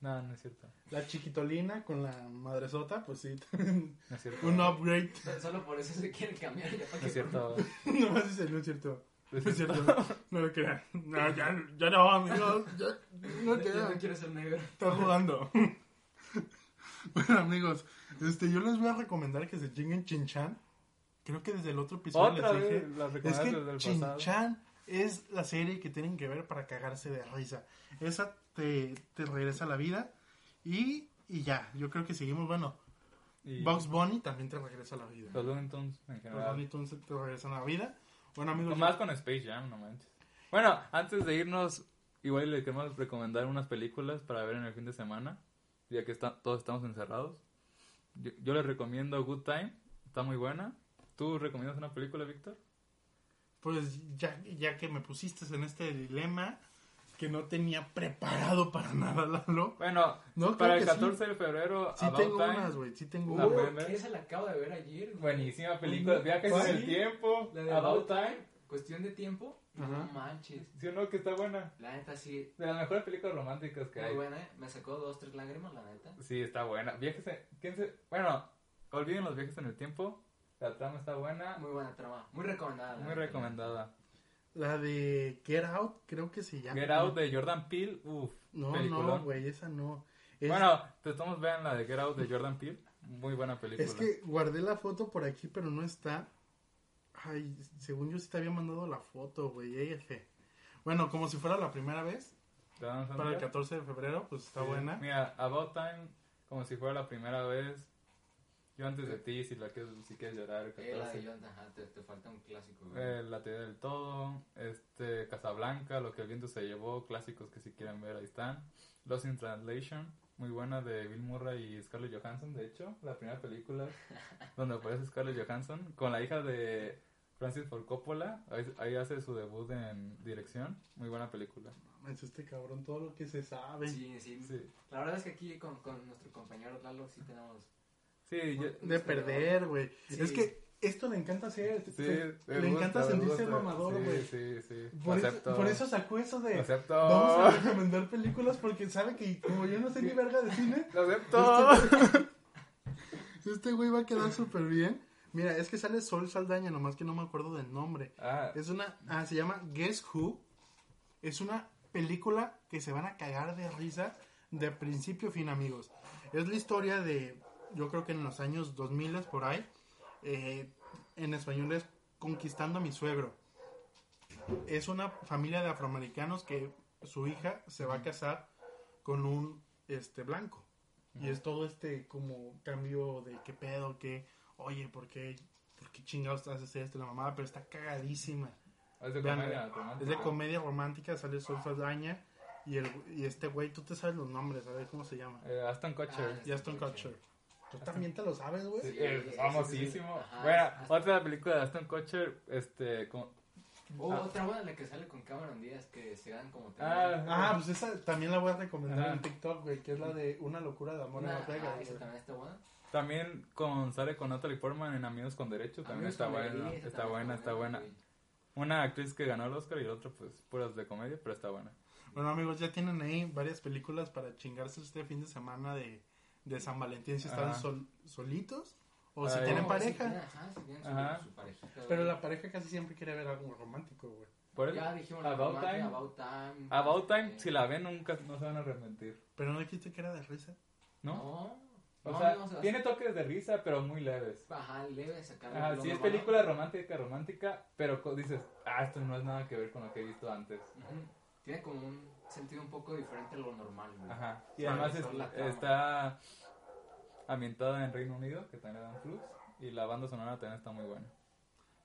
[SPEAKER 3] No, no es cierto.
[SPEAKER 2] la chiquitolina con la madresota, pues sí.
[SPEAKER 3] No es cierto.
[SPEAKER 2] un upgrade.
[SPEAKER 4] So- Solo por eso se quieren cambiar ya para
[SPEAKER 3] No
[SPEAKER 4] que
[SPEAKER 3] es cierto.
[SPEAKER 2] No, más dice, no es cierto.
[SPEAKER 3] No es
[SPEAKER 2] No es
[SPEAKER 3] cierto.
[SPEAKER 2] cierto. No lo crean. No, ya, ya no, amigos. Ya, no
[SPEAKER 4] Yo no
[SPEAKER 2] crean.
[SPEAKER 4] quiero ser negro.
[SPEAKER 2] Estás jugando. bueno, amigos, este, yo les voy a recomendar que se chinguen Chinchan. Creo que desde el otro episodio
[SPEAKER 3] Otra
[SPEAKER 2] les dije.
[SPEAKER 3] vez las
[SPEAKER 2] Es
[SPEAKER 3] recomendaciones
[SPEAKER 2] que
[SPEAKER 3] del pasado.
[SPEAKER 2] Chinchan es la serie que tienen que ver para cagarse de risa. Esa te, te regresa a la vida. Y, y ya, yo creo que seguimos. Bueno,
[SPEAKER 3] Y
[SPEAKER 2] Box Bunny también te regresa a la vida.
[SPEAKER 3] los Looney Tunes en
[SPEAKER 2] Los
[SPEAKER 3] general.
[SPEAKER 2] Looney Tunes te regresan a la vida. Bueno, amigos,
[SPEAKER 3] Más con Space Jam, no manches. Bueno, antes de irnos, igual le queremos recomendar unas películas para ver en el fin de semana, ya que está- todos estamos encerrados. Yo, yo les recomiendo Good Time, está muy buena. ¿Tú recomiendas una película, Víctor?
[SPEAKER 2] Pues ya, ya que me pusiste en este dilema que no tenía preparado para nada, Lalo.
[SPEAKER 3] Bueno,
[SPEAKER 2] No, creo
[SPEAKER 3] para
[SPEAKER 2] que
[SPEAKER 3] el
[SPEAKER 2] sí.
[SPEAKER 3] 14 de febrero,
[SPEAKER 2] Sí
[SPEAKER 3] About
[SPEAKER 2] tengo
[SPEAKER 3] Time,
[SPEAKER 2] unas, güey, sí tengo
[SPEAKER 3] La
[SPEAKER 2] unas.
[SPEAKER 3] pueden
[SPEAKER 4] Uh,
[SPEAKER 3] ver.
[SPEAKER 4] que esa la acabo de ver ayer. güey.
[SPEAKER 3] buenísima película, viajes
[SPEAKER 2] ¿Cuál?
[SPEAKER 3] en el tiempo,
[SPEAKER 4] La de
[SPEAKER 3] About Time,
[SPEAKER 4] Cuestión de tiempo.
[SPEAKER 2] Ajá.
[SPEAKER 4] No manches.
[SPEAKER 3] ¿sí o no? Que está buena.
[SPEAKER 4] La neta sí.
[SPEAKER 3] De las mejores películas románticas que
[SPEAKER 4] Muy
[SPEAKER 3] hay.
[SPEAKER 4] buena, ¿eh? Me sacó dos, tres lágrimas, la neta.
[SPEAKER 3] Sí, está buena. Viajes en... ¿quién se- Bueno, olviden los viajes en el tiempo, la trama está buena,
[SPEAKER 4] Muy buena trama. Muy recomendada. la
[SPEAKER 3] muy
[SPEAKER 4] neta.
[SPEAKER 3] recomendada.
[SPEAKER 2] La de Get Out, creo que se llama.
[SPEAKER 3] Get Out de Jordan Peele, uff,
[SPEAKER 2] No,
[SPEAKER 3] película.
[SPEAKER 2] no, güey, esa no. Es,
[SPEAKER 3] Bueno, te estamos vean la de Get Out de Jordan Peele, muy buena película.
[SPEAKER 2] es que guardé la foto por aquí, pero no está. Ay, según yo sí te había mandado la foto, güey, EF. Bueno, como si fuera la primera vez,
[SPEAKER 3] ¿Te dan
[SPEAKER 2] para el
[SPEAKER 3] sangre?
[SPEAKER 2] 14 de febrero, pues está
[SPEAKER 3] Sí.
[SPEAKER 2] buena.
[SPEAKER 3] Mira, About Time, como si fuera la primera vez. Yo antes de ti, si la quieres, si quieres llorar, el
[SPEAKER 4] Eh, la
[SPEAKER 3] 14.
[SPEAKER 4] de Jonathan, ajá, te, te falta un clásico, güey.
[SPEAKER 3] Eh, la teoría del todo, este Casablanca, lo que el viento se llevó, clásicos que si quieren ver ahí están. Lost in Translation, muy buena de Bill Murray y Scarlett Johansson, de hecho, la primera película donde aparece Scarlett Johansson con la hija de Francis Ford Coppola, ahí, ahí hace su debut en dirección, muy buena película.
[SPEAKER 2] Mames, este cabrón, todo lo que se sabe.
[SPEAKER 4] Sí, sí,
[SPEAKER 3] Sí,
[SPEAKER 4] La verdad es que aquí con, con nuestro compañero Lalo sí tenemos.
[SPEAKER 3] sí, yo-
[SPEAKER 2] De perder, güey.
[SPEAKER 4] Sí.
[SPEAKER 2] Es que esto le encanta hacer.
[SPEAKER 3] sí,
[SPEAKER 2] le
[SPEAKER 3] me
[SPEAKER 2] le
[SPEAKER 3] gusta,
[SPEAKER 2] encanta
[SPEAKER 3] me
[SPEAKER 2] sentirse
[SPEAKER 3] gusta.
[SPEAKER 2] mamador,
[SPEAKER 3] Sí,
[SPEAKER 2] güey.
[SPEAKER 3] Sí, sí,
[SPEAKER 2] Por,
[SPEAKER 3] lo
[SPEAKER 2] eso-
[SPEAKER 3] acepto.
[SPEAKER 2] por eso sacó eso de.
[SPEAKER 3] Lo acepto.
[SPEAKER 2] Vamos a recomendar películas porque sabe que como yo no sé ni verga de cine.
[SPEAKER 3] Lo acepto.
[SPEAKER 2] Este güey va a quedar súper bien. Mira, es que sale Sol Saldaña, nomás que no me acuerdo del nombre.
[SPEAKER 3] Ah,
[SPEAKER 2] Es una. Ah, se llama Guess Who. Es una película que se van a cagar de risa de principio a fin, amigos. Es la historia de. Yo creo que en los años 2000 por ahí. eh, en español es Conquistando a mi suegro. Es una familia de afroamericanos que su hija se va a casar con un este blanco. Y es todo este como cambio de qué pedo, que, oye, ¿por qué, por pues, qué chingados haces esto? La mamada, pero está cagadísima.
[SPEAKER 3] es de
[SPEAKER 2] Vean,
[SPEAKER 3] comedia.
[SPEAKER 2] Es de
[SPEAKER 3] romántica.
[SPEAKER 2] comedia romántica, sale Sol Saldaña y, el, y este güey, tú te sabes los nombres, a ver cómo se llama.
[SPEAKER 3] Eh, Aston Kutcher.
[SPEAKER 2] Y Aston Kutcher. Tú también te lo sabes, güey.
[SPEAKER 3] Sí, es
[SPEAKER 4] Ah, sí, sí.
[SPEAKER 3] famosísimo.
[SPEAKER 4] Ajá,
[SPEAKER 3] bueno,
[SPEAKER 4] Aston-
[SPEAKER 3] otra película de Aston Kutcher, este, con...
[SPEAKER 4] O
[SPEAKER 3] Ah.
[SPEAKER 4] Oh, otra buena la que sale con Cameron Díaz que se dan como tres.
[SPEAKER 3] Ah,
[SPEAKER 2] Ah, pues esa también la voy a recomendar
[SPEAKER 3] Ajá.
[SPEAKER 2] en TikTok, güey, que es la de Una locura de amor en
[SPEAKER 4] Una-
[SPEAKER 2] Las Vegas,
[SPEAKER 4] ah, esa
[SPEAKER 2] güey.
[SPEAKER 4] también está buena.
[SPEAKER 3] También con, sale con Natalie Portman en Amigos con Derecho, también
[SPEAKER 4] Amigos
[SPEAKER 3] está
[SPEAKER 4] con
[SPEAKER 3] buena,
[SPEAKER 4] Derecho,
[SPEAKER 3] está
[SPEAKER 4] también
[SPEAKER 3] buena, está buena.
[SPEAKER 4] güey.
[SPEAKER 3] Una actriz que ganó el Oscar y la otra pues puras de comedia, pero está buena.
[SPEAKER 2] Bueno, amigos, ya tienen ahí varias películas para chingarse este fin de semana de, de San Valentín si están
[SPEAKER 3] Ajá. Ah,
[SPEAKER 2] sol- solitos o si
[SPEAKER 3] Ay.
[SPEAKER 2] tienen
[SPEAKER 4] No, sí tienen,
[SPEAKER 2] pareja.
[SPEAKER 4] ajá, sí tienen su-
[SPEAKER 3] Ajá.
[SPEAKER 4] su parejita, güey.
[SPEAKER 2] Pero la pareja casi siempre quiere ver algo romántico, güey.
[SPEAKER 3] Por eso,
[SPEAKER 4] Ya dijimos
[SPEAKER 3] About
[SPEAKER 4] About
[SPEAKER 3] Time.
[SPEAKER 4] About Time.
[SPEAKER 3] About Time,
[SPEAKER 4] eh,
[SPEAKER 3] si la ven nunca no se van a arrepentir,
[SPEAKER 2] Pero no dijiste que era de risa.
[SPEAKER 3] ¿no?
[SPEAKER 4] No.
[SPEAKER 3] O
[SPEAKER 4] no,
[SPEAKER 3] sea,
[SPEAKER 4] no, se-
[SPEAKER 3] tiene toques de risa, pero muy leves.
[SPEAKER 4] Ajá, leve sacarle
[SPEAKER 3] Ah,
[SPEAKER 4] lo
[SPEAKER 3] sí, es
[SPEAKER 4] mamón.
[SPEAKER 3] película romántica, romántica, pero co- dices, ah, esto no es nada que ver con lo que he visto antes.
[SPEAKER 4] Ujú. Tiene como un sentido un poco diferente a lo normal, güey.
[SPEAKER 3] Ajá. Y
[SPEAKER 4] Sí,
[SPEAKER 3] además
[SPEAKER 4] son
[SPEAKER 3] es-
[SPEAKER 4] la trama.
[SPEAKER 3] está ambientada en Reino Unido, que también le dan plus. Y la banda sonora también está muy buena.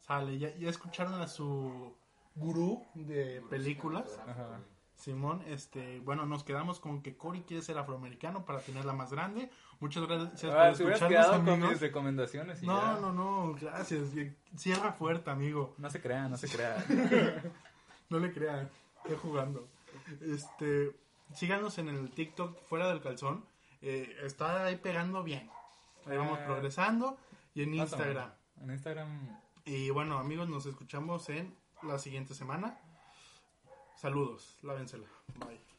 [SPEAKER 2] Sale, ya, ya escucharon a su gurú de películas.
[SPEAKER 3] Ajá.
[SPEAKER 2] Simón, este, bueno, nos quedamos con que Cory quiere ser afroamericano para tenerla más grande. Muchas gracias
[SPEAKER 3] Ahora, si
[SPEAKER 2] por
[SPEAKER 3] Ah, hubieras
[SPEAKER 2] escucharnos,
[SPEAKER 3] quedado con mis
[SPEAKER 2] amigos.
[SPEAKER 3] recomendaciones y ya.
[SPEAKER 2] No, no, no, gracias. Cierra fuerte, amigo.
[SPEAKER 3] No se crea, no se crea.
[SPEAKER 2] No le crean, estoy jugando. Este, síganos en el TikTok fuera del calzón. Eh, está ahí pegando bien. Ahí vamos
[SPEAKER 3] Eh,
[SPEAKER 2] progresando. Y en
[SPEAKER 3] Más o menos.
[SPEAKER 2] Instagram.
[SPEAKER 3] En Instagram,
[SPEAKER 2] Y bueno, amigos, nos escuchamos en la siguiente semana. Saludos, lávensela. Bye.